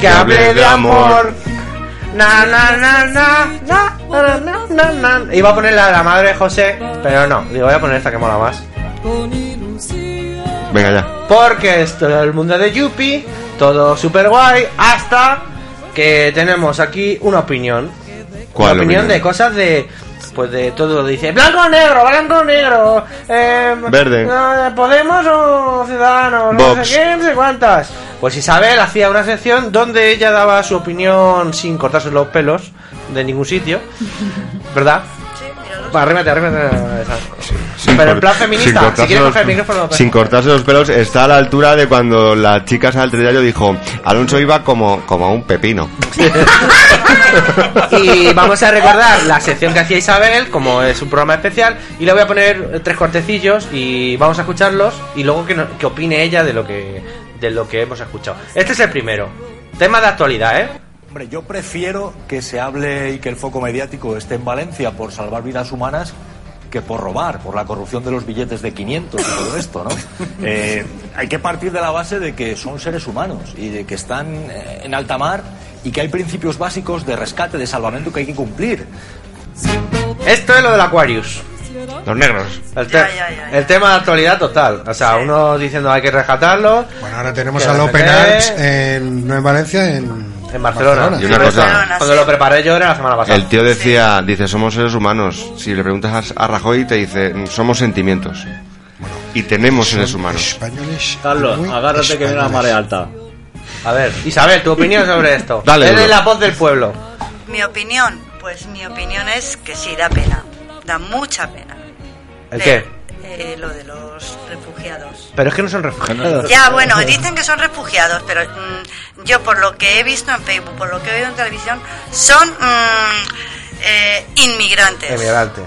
Speaker 1: Que hable de amor. Na, na, na, na, na, na, na, na, na. Iba a poner la de la madre de José, pero no. Digo, voy a poner esta que mola más.
Speaker 3: Con ilusión.
Speaker 10: Venga ya.
Speaker 1: Porque es todo el mundo de Yuppie, todo super guay, hasta que tenemos aquí una opinión.
Speaker 10: ¿Cuál
Speaker 1: una opinión,
Speaker 10: opinión?
Speaker 1: de cosas de. Pues de todo, dice blanco o negro, blanco o negro, eh,
Speaker 10: Verde.
Speaker 1: eh, Podemos o Ciudadanos, no
Speaker 10: Vox.
Speaker 1: sé qué, no sé cuántas. Pues Isabel hacía una sección donde ella daba su opinión sin cortarse los pelos de ningún sitio, ¿verdad? Va, arrímate, arrímate. arrímate. Pero en plan feminista, si
Speaker 10: cortarse
Speaker 1: quieres
Speaker 10: los-
Speaker 1: coger el micrófono, pues.
Speaker 10: sin cortarse los pelos, está a la altura de cuando la chica al telediario dijo: Alonso iba como, como un pepino.
Speaker 1: Y vamos a recordar la sección que hacía Isabel, como es un programa especial, y le voy a poner eh, tres cortecillos y vamos a escucharlos y luego que, no- que opine ella de lo que de lo que hemos escuchado. Este es el primero. Tema de actualidad, ¿eh?
Speaker 5: Hombre, yo prefiero que se hable y que el foco mediático esté en Valencia por salvar vidas humanas que por robar, por la corrupción de los billetes de 500 y todo esto, ¿no? Eh, hay que partir de la base de que son seres humanos y de que están eh, en alta mar y que hay principios básicos de rescate, de salvamento que hay que cumplir.
Speaker 1: Esto es lo del Aquarius.
Speaker 10: Los negros.
Speaker 1: El, te- el tema de actualidad total. O sea, uno diciendo hay que rescatarlo.
Speaker 2: Bueno, ahora Tenemos al Open Arms en- no en Valencia, en,
Speaker 1: En Barcelona.
Speaker 10: Y una cosa- Barcelona,
Speaker 1: Cuando lo preparé yo era la semana pasada.
Speaker 10: El tío decía: Dice, somos seres humanos. Si le preguntas a, a Rajoy, te dice: Somos sentimientos. Y tenemos seres humanos.
Speaker 2: Españoles.
Speaker 14: Carlos,
Speaker 10: muy
Speaker 14: agárrate que viene la marea alta.
Speaker 1: A ver, Isabel, tu opinión sobre esto.
Speaker 10: Dale,
Speaker 1: Eres
Speaker 10: Bruno.
Speaker 1: la voz del pueblo.
Speaker 23: Mi opinión, pues mi opinión es que sí, da pena, da mucha pena
Speaker 1: ¿El qué?
Speaker 23: eh, lo de los refugiados.
Speaker 1: Pero es que no son refugiados.
Speaker 23: Ya, bueno, dicen que son refugiados, pero mm, yo por lo que he visto en Facebook, por lo que he oído en televisión, son mm, eh, inmigrantes.
Speaker 2: Emigrante.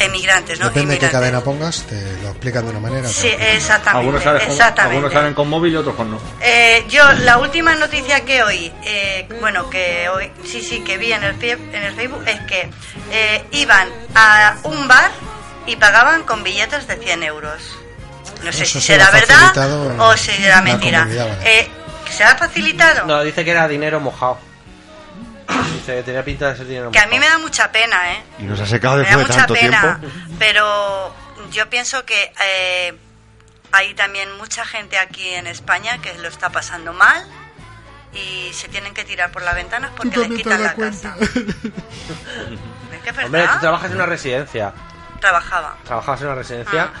Speaker 23: Emigrantes, ¿no?
Speaker 2: Depende de qué
Speaker 23: Inmigrantes.
Speaker 2: cadena pongas, te lo explican de una manera.
Speaker 23: Sí,
Speaker 2: otra.
Speaker 23: exactamente.
Speaker 14: Algunos salen, con,
Speaker 23: exactamente.
Speaker 14: algunos salen con móvil y otros con no.
Speaker 23: Eh, yo, la última noticia que oí, eh, bueno, que hoy, sí, sí, que vi en el, fie- en el Facebook, es que eh, iban a un bar y pagaban con billetes de 100 euros. No sé
Speaker 1: Eso
Speaker 23: si
Speaker 1: se lo
Speaker 23: será
Speaker 1: ha
Speaker 23: verdad
Speaker 1: facilitado
Speaker 23: o si será
Speaker 1: la
Speaker 23: mentira.
Speaker 1: Comunidad Valenciana.
Speaker 23: Eh, ¿Se ha facilitado?
Speaker 1: No, dice que era dinero mojado. Dice que tenía pinta de ser dinero
Speaker 23: Que a
Speaker 1: mojado.
Speaker 23: mí me da mucha pena, ¿eh?
Speaker 10: Y nos ha secado
Speaker 23: Me da
Speaker 10: después de
Speaker 23: mucha
Speaker 10: tanto
Speaker 23: pena,
Speaker 10: tiempo.
Speaker 23: pero yo pienso que eh, hay también mucha gente aquí en España que lo está pasando mal y se tienen que tirar por las ventanas porque les quitan la casa. Es que es verdad,
Speaker 1: Hombre, tú trabajas en una residencia.
Speaker 23: trabajaba.
Speaker 1: Trabajabas en una residencia
Speaker 23: Ah.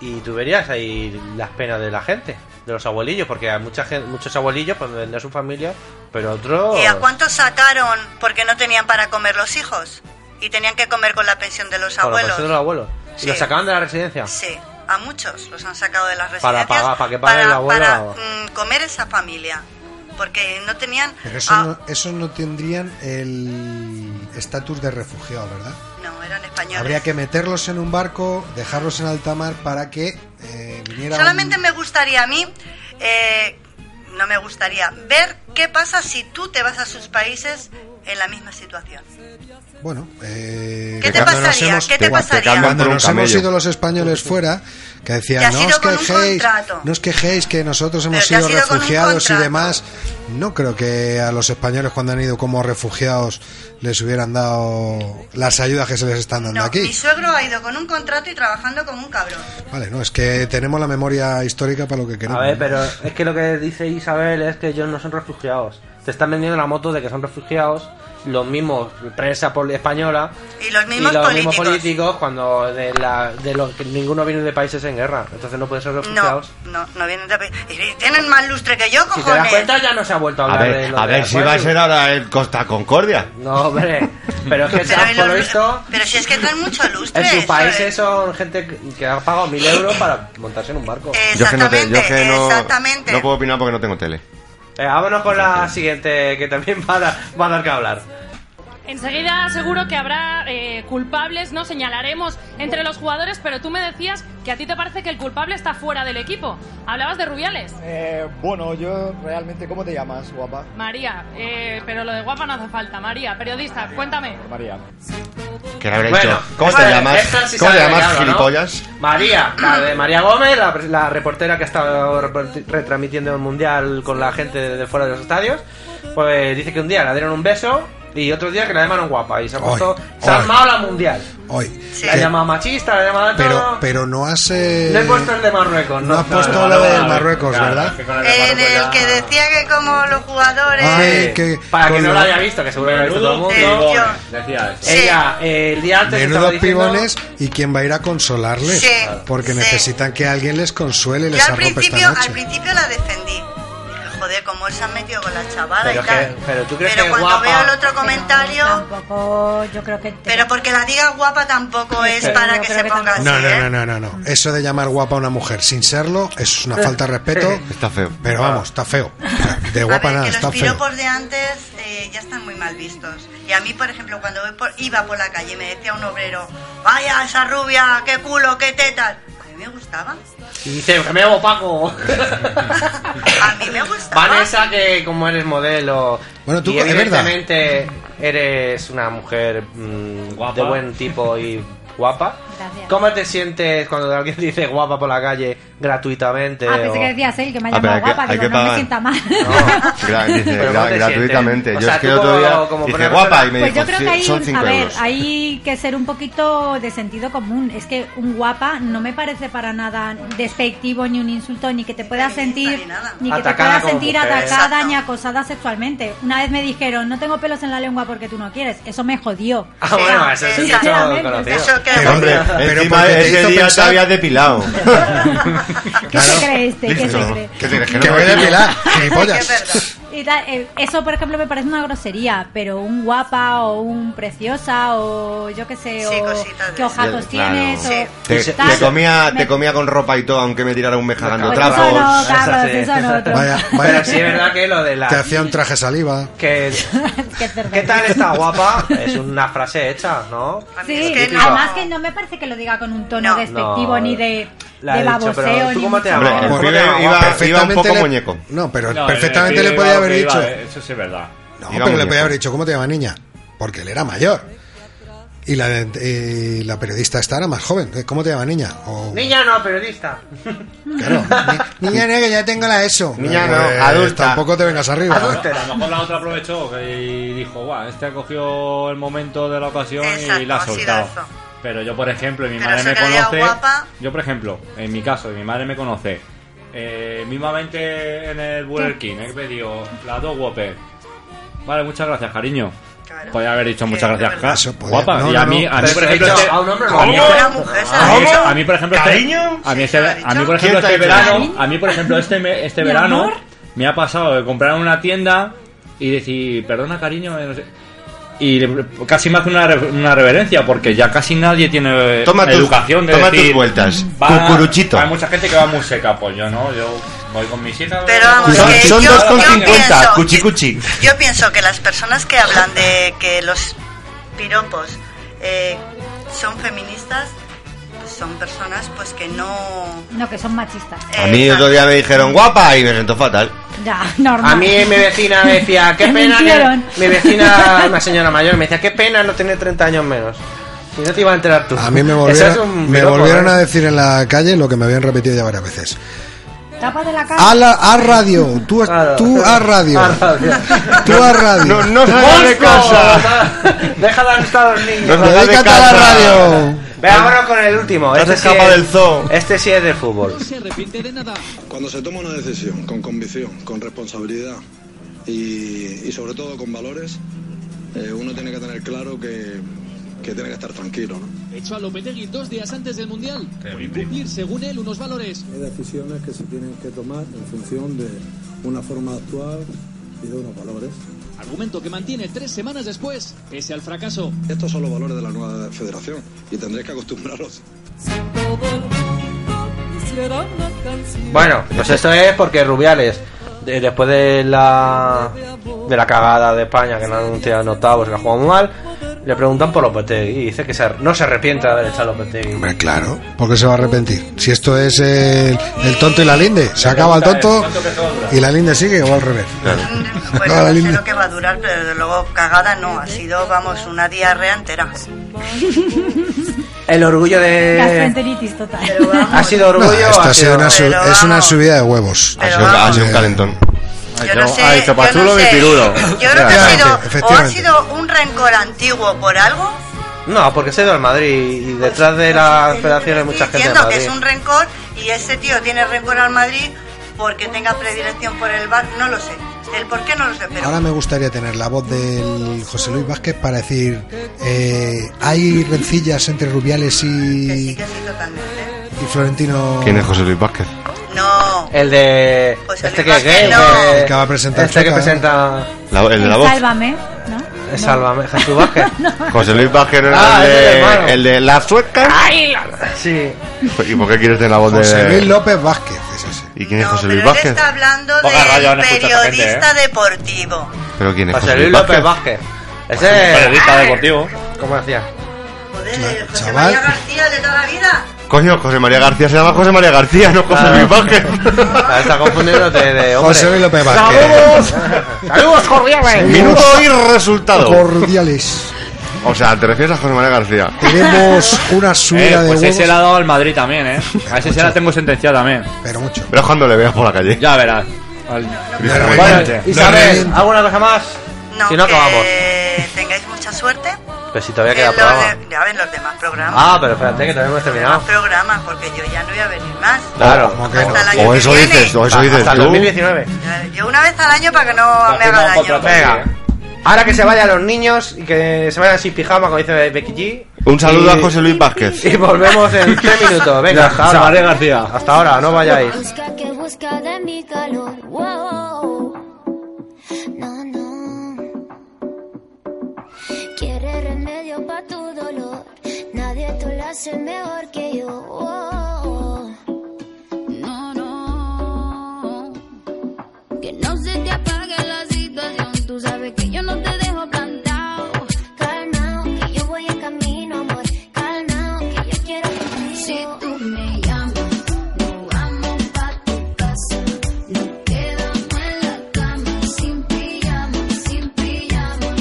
Speaker 1: y tú verías ahí las penas de la gente, de los abuelillos, porque hay mucha gente, muchos abuelillos pues venden a su familia, pero otros
Speaker 23: ¿Y a cuántos sacaron porque no tenían para comer los hijos? Y tenían que comer con la pensión de los
Speaker 1: con la pensión
Speaker 23: abuelos.
Speaker 1: de los abuelos.
Speaker 23: Sí.
Speaker 1: Y los sacaban de la residencia.
Speaker 23: Sí, a muchos los han sacado de las
Speaker 1: Para
Speaker 23: residencias
Speaker 1: pagar, para que pague el abuelo.
Speaker 23: para, mm, comer esa familia. Porque no tenían...
Speaker 2: Pero eso
Speaker 23: ah,
Speaker 2: no, esos no tendrían el estatus de refugiado, ¿verdad?
Speaker 23: no, eran españoles.
Speaker 2: Habría que meterlos en un barco, dejarlos en alta mar para que eh, viniera. un-
Speaker 23: Solamente me gustaría a mí, eh, no me gustaría ver qué pasa si tú te vas a sus países en la misma situación.
Speaker 2: Bueno, eh,
Speaker 23: ¿Qué te
Speaker 2: cuando nos
Speaker 23: pasaría?
Speaker 2: hemos-
Speaker 23: ¿Qué te Te- te pasaría? cambian
Speaker 2: Cuando
Speaker 23: por un
Speaker 2: nos hemos
Speaker 23: camello.
Speaker 2: ido los españoles fuera, que
Speaker 23: Te
Speaker 2: decían,
Speaker 23: has
Speaker 2: no
Speaker 23: ido
Speaker 2: os
Speaker 23: con un
Speaker 2: quejéis,
Speaker 23: contrato.
Speaker 2: no os quejéis que nosotros hemos
Speaker 23: Pero te has
Speaker 2: sido
Speaker 23: ido con un
Speaker 2: refugiados y
Speaker 23: contrato.
Speaker 2: demás. No creo que a los españoles cuando han ido como refugiados les hubieran dado las ayudas que se les están dando
Speaker 23: Mi
Speaker 2: aquí.
Speaker 23: suegro ha ido con un contrato y trabajando como un cabrón.
Speaker 2: Vale, no, es que tenemos la memoria histórica para lo que
Speaker 1: A
Speaker 2: queremos.
Speaker 1: ver, pero es que lo que dice Isabel es que ellos no son refugiados. Te están vendiendo la moto de que son refugiados los mismos prensa pol- española
Speaker 23: Y los mismos
Speaker 1: y los
Speaker 23: políticos.
Speaker 1: mismos políticos cuando de, la, de los que ninguno viene de países en guerra. Entonces no pueden ser
Speaker 23: No,
Speaker 1: refugiados.
Speaker 23: no, no vienen de... y Tienen más lustre que yo,
Speaker 1: Si te das
Speaker 23: cojones.
Speaker 1: cuenta ya no se ha vuelto a
Speaker 10: A
Speaker 1: hablar de
Speaker 10: ver,
Speaker 1: lo
Speaker 10: a
Speaker 1: de
Speaker 10: ver si
Speaker 1: Aquarius.
Speaker 10: va a ser ahora el Costa Concordia.
Speaker 1: No, hombre. Pero es que
Speaker 23: Pero,
Speaker 1: por lo
Speaker 23: los-
Speaker 1: visto,
Speaker 23: pero si es que traen mucho lustre.
Speaker 1: en sus
Speaker 23: eso
Speaker 1: países
Speaker 23: es.
Speaker 1: son gente que- que ha pagado mil euros para montarse en un barco.
Speaker 10: Yo es que no, te- yo es que no,
Speaker 23: exactamente.
Speaker 10: no puedo opinar porque no tengo tele.
Speaker 1: Eh, vámonos con la siguiente que también va a, dar, va a dar que hablar.
Speaker 6: Enseguida seguro que habrá eh, culpables, ¿no? Señalaremos entre los jugadores, pero tú me decías que a ti te parece que el culpable está fuera del equipo. Hablabas de Rubiales.
Speaker 7: Eh, bueno, yo realmente, ¿cómo te llamas, guapa?
Speaker 6: María, eh, pero lo de guapa no hace falta. María, periodista, cuéntame.
Speaker 7: María.
Speaker 10: Que le habrá
Speaker 1: Bueno,
Speaker 10: dicho, ¿Cómo
Speaker 1: esta-
Speaker 10: te llamas?
Speaker 1: esta sí
Speaker 10: ¿Cómo te
Speaker 1: sabe de
Speaker 10: llamas,
Speaker 1: qué hablo, ¿no?
Speaker 10: gilipollas?
Speaker 1: María, la de María Gómez, la, la reportera que ha estado reporti- retransmitiendo el mundial con la gente de, de fuera de los estadios, pues dice que un día le dieron un beso y otro día que la llamaron guapa y se ha puesto, se ha
Speaker 2: hoy.
Speaker 1: armado la mundial.
Speaker 2: Hoy.
Speaker 1: La ha llamado machista, la ha llamado de
Speaker 2: Pero,
Speaker 1: todo.
Speaker 2: pero no has. eh,
Speaker 1: No he puesto el de Marruecos, no,
Speaker 2: no has
Speaker 1: no,
Speaker 2: puesto
Speaker 1: no,
Speaker 2: la
Speaker 1: no,
Speaker 2: de
Speaker 1: no,
Speaker 2: Marruecos,
Speaker 1: claro,
Speaker 2: ¿verdad?
Speaker 1: es que con el de
Speaker 23: En
Speaker 1: Marruecos
Speaker 23: el
Speaker 1: ya-
Speaker 23: Eh, que decía que como los jugadores...
Speaker 2: Ay, que-
Speaker 1: Para que
Speaker 2: con
Speaker 1: no
Speaker 2: lo-
Speaker 1: la haya visto, que seguro que lo ha visto todo el mundo.
Speaker 23: Menudo pibones,
Speaker 1: Decía eso. Ella, eh, el día antes
Speaker 2: Menudo
Speaker 1: estaba diciendo...
Speaker 2: pibones y quién va a ir a consolarles.
Speaker 23: Sí,
Speaker 2: porque
Speaker 23: sí.
Speaker 2: necesitan que alguien les consuele y
Speaker 23: Yo
Speaker 2: les
Speaker 23: al
Speaker 2: arrope esta
Speaker 23: principio, al
Speaker 2: noche.
Speaker 23: principio la defendí. Dije, joder, cómo se han metido con la chavala
Speaker 2: Pero
Speaker 23: y
Speaker 2: es
Speaker 23: tal.
Speaker 2: que-
Speaker 1: Pero tú crees que
Speaker 23: Pero
Speaker 1: es
Speaker 23: cuando veo el
Speaker 1: guapa...
Speaker 23: otro comentario... yo creo que... Pero porque la diga guapa tampoco es para que se ponga así,
Speaker 2: No,
Speaker 23: ¿eh?
Speaker 2: no, no, no, no, no. Eso de llamar guapa a una mujer sin serlo es una falta de respeto.
Speaker 10: Está feo.
Speaker 2: Pero vamos, está feo. De
Speaker 23: A
Speaker 2: guapa
Speaker 23: ver,
Speaker 2: nada,
Speaker 23: que
Speaker 2: está
Speaker 23: los
Speaker 2: feo.
Speaker 23: piropos de antes eh, ya están muy mal vistos. Y a mí, por ejemplo, cuando voy por- iba por la calle y me decía un obrero, vaya esa rubia, qué culo, qué tetas. A mí me gustaba.
Speaker 1: Y dice, me llamo Paco.
Speaker 23: A mí me gustaba.
Speaker 1: Vanessa, que como eres modelo.
Speaker 2: Bueno, tú,
Speaker 1: y
Speaker 2: es verdad.
Speaker 1: evidentemente eres una mujer mm, de buen tipo y guapa.
Speaker 11: Ah,
Speaker 1: ¿Cómo te sientes cuando alguien dice guapa por la calle gratuitamente?
Speaker 11: Ah,
Speaker 1: o-
Speaker 11: pensé que decías él, que me ha
Speaker 1: Ah, pero
Speaker 11: llamado
Speaker 1: hay que-
Speaker 11: guapa,
Speaker 1: hay
Speaker 11: digo,
Speaker 1: que
Speaker 11: no me
Speaker 1: pagar.
Speaker 11: sienta mal.
Speaker 10: Gra- dice,
Speaker 1: Pero
Speaker 10: gra-
Speaker 1: ¿cómo te
Speaker 10: gratuitamente.
Speaker 1: sientes? O
Speaker 10: Yo
Speaker 1: sea,
Speaker 10: es que
Speaker 1: tú
Speaker 10: el otro
Speaker 1: como-
Speaker 10: día
Speaker 1: como
Speaker 10: dice
Speaker 1: poner-
Speaker 10: guapa y me
Speaker 11: Pues
Speaker 10: dijo,
Speaker 11: yo creo
Speaker 10: "Sí,
Speaker 11: que hay,
Speaker 10: son
Speaker 11: un,
Speaker 10: 5
Speaker 11: a ver,
Speaker 10: euros.
Speaker 11: hay que ser un poquito de sentido común. Es que un guapa no me parece para nada despectivo, ni un insulto, ni que te puedas sentir, ni que te
Speaker 1: Atacada
Speaker 11: puedas
Speaker 1: como
Speaker 11: sentir
Speaker 1: mujer.
Speaker 11: atacada ni acosada sexualmente. Una vez me dijeron, no tengo pelos en la lengua porque tú no quieres. Eso me jodió.
Speaker 1: Ah, bueno, eso es un hecho
Speaker 11: Sinceramente,
Speaker 1: conocido.
Speaker 10: Pero, hombre,
Speaker 2: pero
Speaker 10: encima
Speaker 2: porque te
Speaker 10: ese
Speaker 2: hizo
Speaker 10: día
Speaker 2: pensar-
Speaker 10: te habías depilado.
Speaker 11: ¿Qué se cree este? ¿Qué se
Speaker 10: Listo.
Speaker 11: cree?
Speaker 10: ¿Qué te crees?
Speaker 2: Que
Speaker 10: no
Speaker 2: voy a
Speaker 10: depilo?
Speaker 2: depilar, gilipollas.
Speaker 11: Y tal, eh, eso, por ejemplo, me parece una grosería, pero un guapa o un preciosa o yo qué sé, o qué ojazos
Speaker 10: Claro.
Speaker 11: tienes. o
Speaker 10: Te, te
Speaker 11: tal.
Speaker 10: comía,
Speaker 11: Me-
Speaker 10: te comía con ropa y todo, aunque me tirara un mes jalando
Speaker 11: Pues eso
Speaker 10: trapos.
Speaker 11: no, Carlos, eso no, otro.
Speaker 2: Vaya, vaya.
Speaker 1: Pero sí es verdad que lo de la.
Speaker 2: Te hacía un traje saliva.
Speaker 1: que- ¿Qué tal está guapa? Es una frase hecha, ¿no?
Speaker 11: Sí,
Speaker 1: Típico.
Speaker 11: además que no me parece que lo diga con un tono despectivo
Speaker 1: No.
Speaker 11: ni de,
Speaker 1: La
Speaker 11: de
Speaker 1: he dicho,
Speaker 11: baboseo.
Speaker 1: pero ¿tú
Speaker 11: ni
Speaker 1: cómo te
Speaker 11: mucho
Speaker 1: llamas?
Speaker 11: menos.
Speaker 1: Hombre,
Speaker 10: el pibe
Speaker 1: no,
Speaker 10: iba, iba un
Speaker 2: perfectamente
Speaker 10: poco
Speaker 2: le-
Speaker 10: muñeco.
Speaker 2: No, pero
Speaker 14: No,
Speaker 2: perfectamente
Speaker 14: el
Speaker 2: le
Speaker 14: pibe
Speaker 2: podía
Speaker 14: iba-
Speaker 2: haber
Speaker 14: que iba- eh,
Speaker 2: dicho.
Speaker 14: Eso sí es verdad.
Speaker 2: No,
Speaker 10: Iba
Speaker 2: pero le
Speaker 10: muñeco.
Speaker 2: podía haber dicho, ¿cómo te llama niña? Porque él era mayor. Y la, de- y la periodista esta era más joven. ¿Cómo te llama niña?
Speaker 10: Oh.
Speaker 2: O,
Speaker 1: Niña no, periodista.
Speaker 2: niña, no, que ya tengo la ESO.
Speaker 10: Niña no,
Speaker 2: Eh,
Speaker 10: adulta.
Speaker 2: Tampoco te vengas arriba. ¿eh?
Speaker 14: A lo mejor la otra aprovechó que- y dijo, guau, este ha cogido el momento de la ocasión y la ha
Speaker 23: Exacto, ha sido
Speaker 14: soltado.
Speaker 23: eso.
Speaker 14: Pero yo, por ejemplo, y mi
Speaker 23: Pero
Speaker 14: madre
Speaker 23: eso
Speaker 14: me
Speaker 23: que le diga
Speaker 14: conoce.
Speaker 23: guapa.
Speaker 14: Yo, por ejemplo, en mi caso, y mi madre me conoce. Eh, mismamente en el Burger King he pedido las dos Whopper. Vale, muchas gracias, cariño. Podría haber dicho muchas gracias, ca-
Speaker 2: Eso podía-
Speaker 14: guapa.
Speaker 2: no,
Speaker 14: y
Speaker 2: no,
Speaker 14: a mí,
Speaker 2: no.
Speaker 14: a mí,
Speaker 2: Pero
Speaker 14: por
Speaker 2: se
Speaker 14: ejemplo,
Speaker 2: lo ha
Speaker 14: este-
Speaker 2: dicho a un hombre,
Speaker 14: a mí-
Speaker 2: ¿cómo? Una
Speaker 23: mujer,
Speaker 14: a mí-
Speaker 23: ¿cómo?
Speaker 14: a mí, por ejemplo, este-
Speaker 23: ¿Cariño?
Speaker 14: a mí este, a mí, por
Speaker 23: ¿Quién
Speaker 14: ejemplo,
Speaker 23: te ha
Speaker 14: este
Speaker 23: dicho
Speaker 14: verano,
Speaker 23: cariño?
Speaker 14: a mí, por ejemplo, este, me- este
Speaker 23: Mi
Speaker 14: verano
Speaker 23: amor.
Speaker 14: me ha pasado de comprar en una tienda y decir, perdona, cariño, eh, no sé. Y le- casi me hace una, re- una reverencia porque ya casi nadie tiene eh,
Speaker 10: Toma tus-
Speaker 14: educación de
Speaker 10: toma
Speaker 14: decir,
Speaker 10: tus vueltas,
Speaker 14: "Va",
Speaker 10: cucuruchito.
Speaker 14: Hay mucha gente que va muy seca, pues yo no, yo voy con mis hijas.
Speaker 23: Pero vamos,
Speaker 10: Son,
Speaker 23: que
Speaker 10: son
Speaker 23: yo- yo
Speaker 10: 2,50,
Speaker 23: pienso-
Speaker 10: cuchi cuchi.
Speaker 23: Yo pienso que las personas que hablan de que los piropos eh, son feministas pues son personas pues que no
Speaker 11: No, que son machistas.
Speaker 10: A mí otro día me dijeron guapa y me sentó fatal.
Speaker 11: Ya, normal.
Speaker 1: A mí mi vecina me decía, qué
Speaker 11: Te
Speaker 1: pena
Speaker 11: mintieron.
Speaker 1: que... Mi vecina, una señora mayor, me decía, qué pena no tener 30 años menos. Y no te iba a enterar tú.
Speaker 2: A mí me
Speaker 1: Eso
Speaker 2: volvieron,
Speaker 1: es un
Speaker 2: me
Speaker 1: piropo,
Speaker 2: volvieron
Speaker 1: ¿eh?
Speaker 2: a decir en la calle lo que me habían repetido ya varias veces.
Speaker 11: Tapa de la cara.
Speaker 10: Ah.
Speaker 2: A, la- a radio, tú, tú a radio.
Speaker 1: A radio.
Speaker 2: Tú a radio.
Speaker 10: No, no salgas de casa.
Speaker 1: Deja de asustar a los niños.
Speaker 10: No salgas de
Speaker 2: Dedícate a la
Speaker 10: casa.
Speaker 2: radio.
Speaker 1: Venga, vámonos con el último.
Speaker 10: No te
Speaker 1: Este sí,
Speaker 10: escapa
Speaker 1: es,
Speaker 10: del zoo.
Speaker 1: este sí es del fútbol.
Speaker 8: Cuando se toma una decisión con convicción, con responsabilidad y, y sobre todo con valores, eh, uno tiene que tener claro que, que tiene que estar tranquilo. ¿no?
Speaker 9: Hecho a Lopetegui dos días antes del Mundial por incumplir, según él, unos valores.
Speaker 25: Hay decisiones que se tienen que tomar en función de una forma de actuar y de unos valores.
Speaker 9: Argumento que mantiene tres semanas después, pese al fracaso.
Speaker 8: Estos son los valores de la nueva federación y tendréis que acostumbraros.
Speaker 14: Eh,
Speaker 3: Quisiera una canción.
Speaker 1: Bueno, pues esto es porque Rubiales de- después de la de la cagada de España que no anuncia en octavos que ha jugado muy mal, le preguntan por Lopetegui y dice que se ar- no se arrepienta de haber echado a Lopetegui.
Speaker 2: Hombre, claro. ¿Por qué se va a arrepentir? Si esto es el, el tonto y la linde. Se acaba el tonto
Speaker 10: ¿eh?
Speaker 2: y la linde sigue o al revés.
Speaker 23: Bueno,
Speaker 2: No, la
Speaker 23: no sé
Speaker 2: linde.
Speaker 23: lo que va a durar, pero desde luego cagada no. Ha sido, vamos, una diarrea entera.
Speaker 1: El orgullo de
Speaker 23: Gastroenteritis total. Pero vamos,
Speaker 1: ha sido orgullo
Speaker 2: No, esto
Speaker 1: ha
Speaker 2: ha sido
Speaker 1: sido-
Speaker 2: una, su-
Speaker 1: Pero
Speaker 2: es una subida de huevos.
Speaker 10: Ha sido, ha sido un calentón.
Speaker 23: Yo no sé,
Speaker 10: Ay,
Speaker 23: yo no
Speaker 10: chulo
Speaker 23: sé.
Speaker 10: pirulo.
Speaker 23: Yo creo que ha
Speaker 1: Efectivamente,
Speaker 23: sido, o ha
Speaker 1: efectivamente.
Speaker 23: sido un rencor antiguo por algo,
Speaker 1: no porque se ha ido al Madrid y detrás de la federación hay mucha gente de
Speaker 23: diciendo que
Speaker 1: Madrid.
Speaker 23: es un rencor y ese tío tiene rencor al Madrid porque tenga predilección por el bar, no lo sé. El por qué no lo sé, pero
Speaker 2: Ahora me gustaría tener la voz del José Luis Vázquez para decir: eh, ¿hay rencillas entre Rubiales y, y
Speaker 1: Oh.
Speaker 2: Florentino?
Speaker 10: ¿Quién es José Luis Vázquez?
Speaker 23: No.
Speaker 1: El de este que es
Speaker 2: Vázquez,
Speaker 1: gay,
Speaker 2: no.
Speaker 1: que-
Speaker 2: El que va a presentar
Speaker 1: este que
Speaker 2: Chaca.
Speaker 1: presenta
Speaker 10: La- el de la voz.
Speaker 11: Sálvame, ¿no?
Speaker 1: es Sálvame, Jesús Vázquez.
Speaker 10: José Luis Vázquez no
Speaker 1: Ah,
Speaker 10: era el,
Speaker 1: es el hermano.
Speaker 10: de, el de la sueca.
Speaker 1: Ay, sí.
Speaker 10: ¿Y por qué quieres tener la voz
Speaker 2: José Luis
Speaker 10: de.?
Speaker 2: López Vázquez.
Speaker 10: ¿Y quién es José
Speaker 23: pero
Speaker 10: Luis
Speaker 23: él
Speaker 10: Vázquez?
Speaker 23: está hablando
Speaker 10: Poca radio
Speaker 23: del
Speaker 10: han escuchado esta gente, ¿eh?
Speaker 23: periodista deportivo.
Speaker 10: ¿Pero quién es
Speaker 1: José
Speaker 10: José
Speaker 1: Luis
Speaker 10: Luis
Speaker 1: López
Speaker 10: Vázquez?
Speaker 1: Vázquez.
Speaker 10: José
Speaker 1: Ese
Speaker 10: Luis
Speaker 1: periodista deportivo. ¿Cómo decía?
Speaker 23: José María García de toda la vida.
Speaker 10: Coño, José María García se llama José María García, no José Luis Vázquez.
Speaker 1: Ah. Está confundiendo de, de hombre.
Speaker 10: José Luis López Vázquez.
Speaker 1: ¡Saludos! ¡Saludos cordiales!
Speaker 10: Minuto y resultado.
Speaker 2: Cordiales.
Speaker 10: O sea, te refieres a José María García.
Speaker 2: Tenemos una subida
Speaker 14: Eh,
Speaker 2: de
Speaker 14: pues
Speaker 2: huevos.
Speaker 14: ese la ha dado al Madrid también, ¿eh? A ese se la tengo sentenciada también.
Speaker 2: Pero mucho.
Speaker 10: Pero es cuando le veas por la calle.
Speaker 14: Ya verás.
Speaker 1: Vale, Isabel, ¿alguna cosa más?
Speaker 23: No,
Speaker 1: si no,
Speaker 23: que
Speaker 1: acabamos.
Speaker 23: tengáis mucha suerte.
Speaker 1: Pero si todavía queda
Speaker 23: en los,
Speaker 1: programa.
Speaker 23: de- ya ven los demás programas.
Speaker 1: Ah, pero espérate, que todavía no hemos terminado.
Speaker 23: Programas, porque yo ya no voy a venir más.
Speaker 1: Claro. Ah,
Speaker 23: Hasta el año
Speaker 10: O eso
Speaker 23: que viene.
Speaker 10: dices, o eso dices.
Speaker 1: Hasta el
Speaker 10: tú.
Speaker 1: 2019.
Speaker 23: Yo una vez al año para que no me haga daño.
Speaker 1: Venga. Ahora que se vayan los niños y que se vayan sin pijama, como dice Becky G.
Speaker 10: Un saludo
Speaker 1: Y-
Speaker 10: a José Luis Vázquez.
Speaker 1: Y volvemos en 3 minutos. Venga,
Speaker 10: Ya,
Speaker 1: hasta ahora.
Speaker 10: Sabaré
Speaker 1: García. Hasta ahora, no vayáis.
Speaker 25: Busca que busca de mi calor. Wow. No, no. Quiere remedio para tu dolor. Nadie tú lo hace mejor que yo. Wow. No, no.
Speaker 21: Que no se te apague la situación. Tú sabes que yo no te dejo plantado.
Speaker 25: Calma, que yo voy en camino, amor. Calma, que yo quiero contigo.
Speaker 21: Si tú me llamas, no vamos pa' tu casa. Nos quedamos en la cama sin pijama, sin pijama.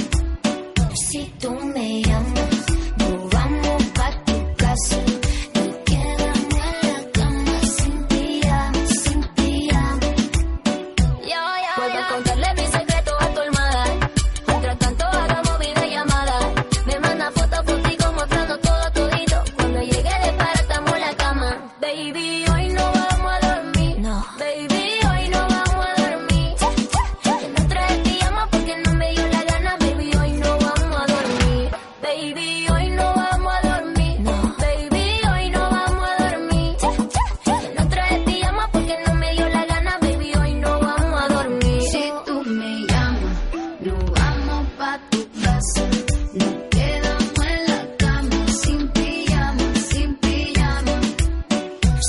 Speaker 25: Si tú me llamas, nos vamos pa' tu casa. Nos quedamos en la cama sin pijama, sin pijama.
Speaker 21: Yo, yo, Puedo contarle mi secreto a tu hermana. Mientras tanto hagamos videollamada. Me manda fotos contigo mostrando todo todito. Cuando llegue de para estamos la cama. Baby, hoy no vamos a dormir. No. Baby, hoy no vamos a dormir. Que no traes pijama porque no me dio la gana. Baby, hoy no vamos a dormir. Baby, hoy no vamos a dormir. No. Baby, hoy no vamos a dormir. Que no traes pijama porque no me dio la gana. Baby, hoy no vamos a dormir. Si tú me llamas, nos vamos pa' tu casa. Nos quedamos en la cama sin pijama, sin pijama.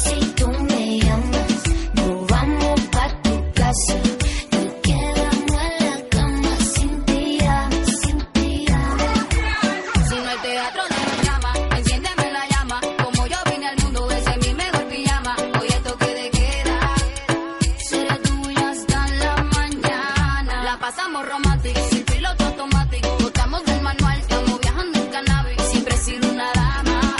Speaker 25: Si tú me llamas, nos vamos pa' tu casa. Nos quedamos en la cama sin pijama, sin pijama.
Speaker 21: Si no el teatro no me llama, enciéndeme la llama. Como yo vine al mundo, ese es mi mejor pijama. Hoy esto que de queda será tuya hasta la mañana. La pasamos romántica, sin piloto automático. Botamos del manual, estamos viajando en cannabis. Siempre he sido una dama,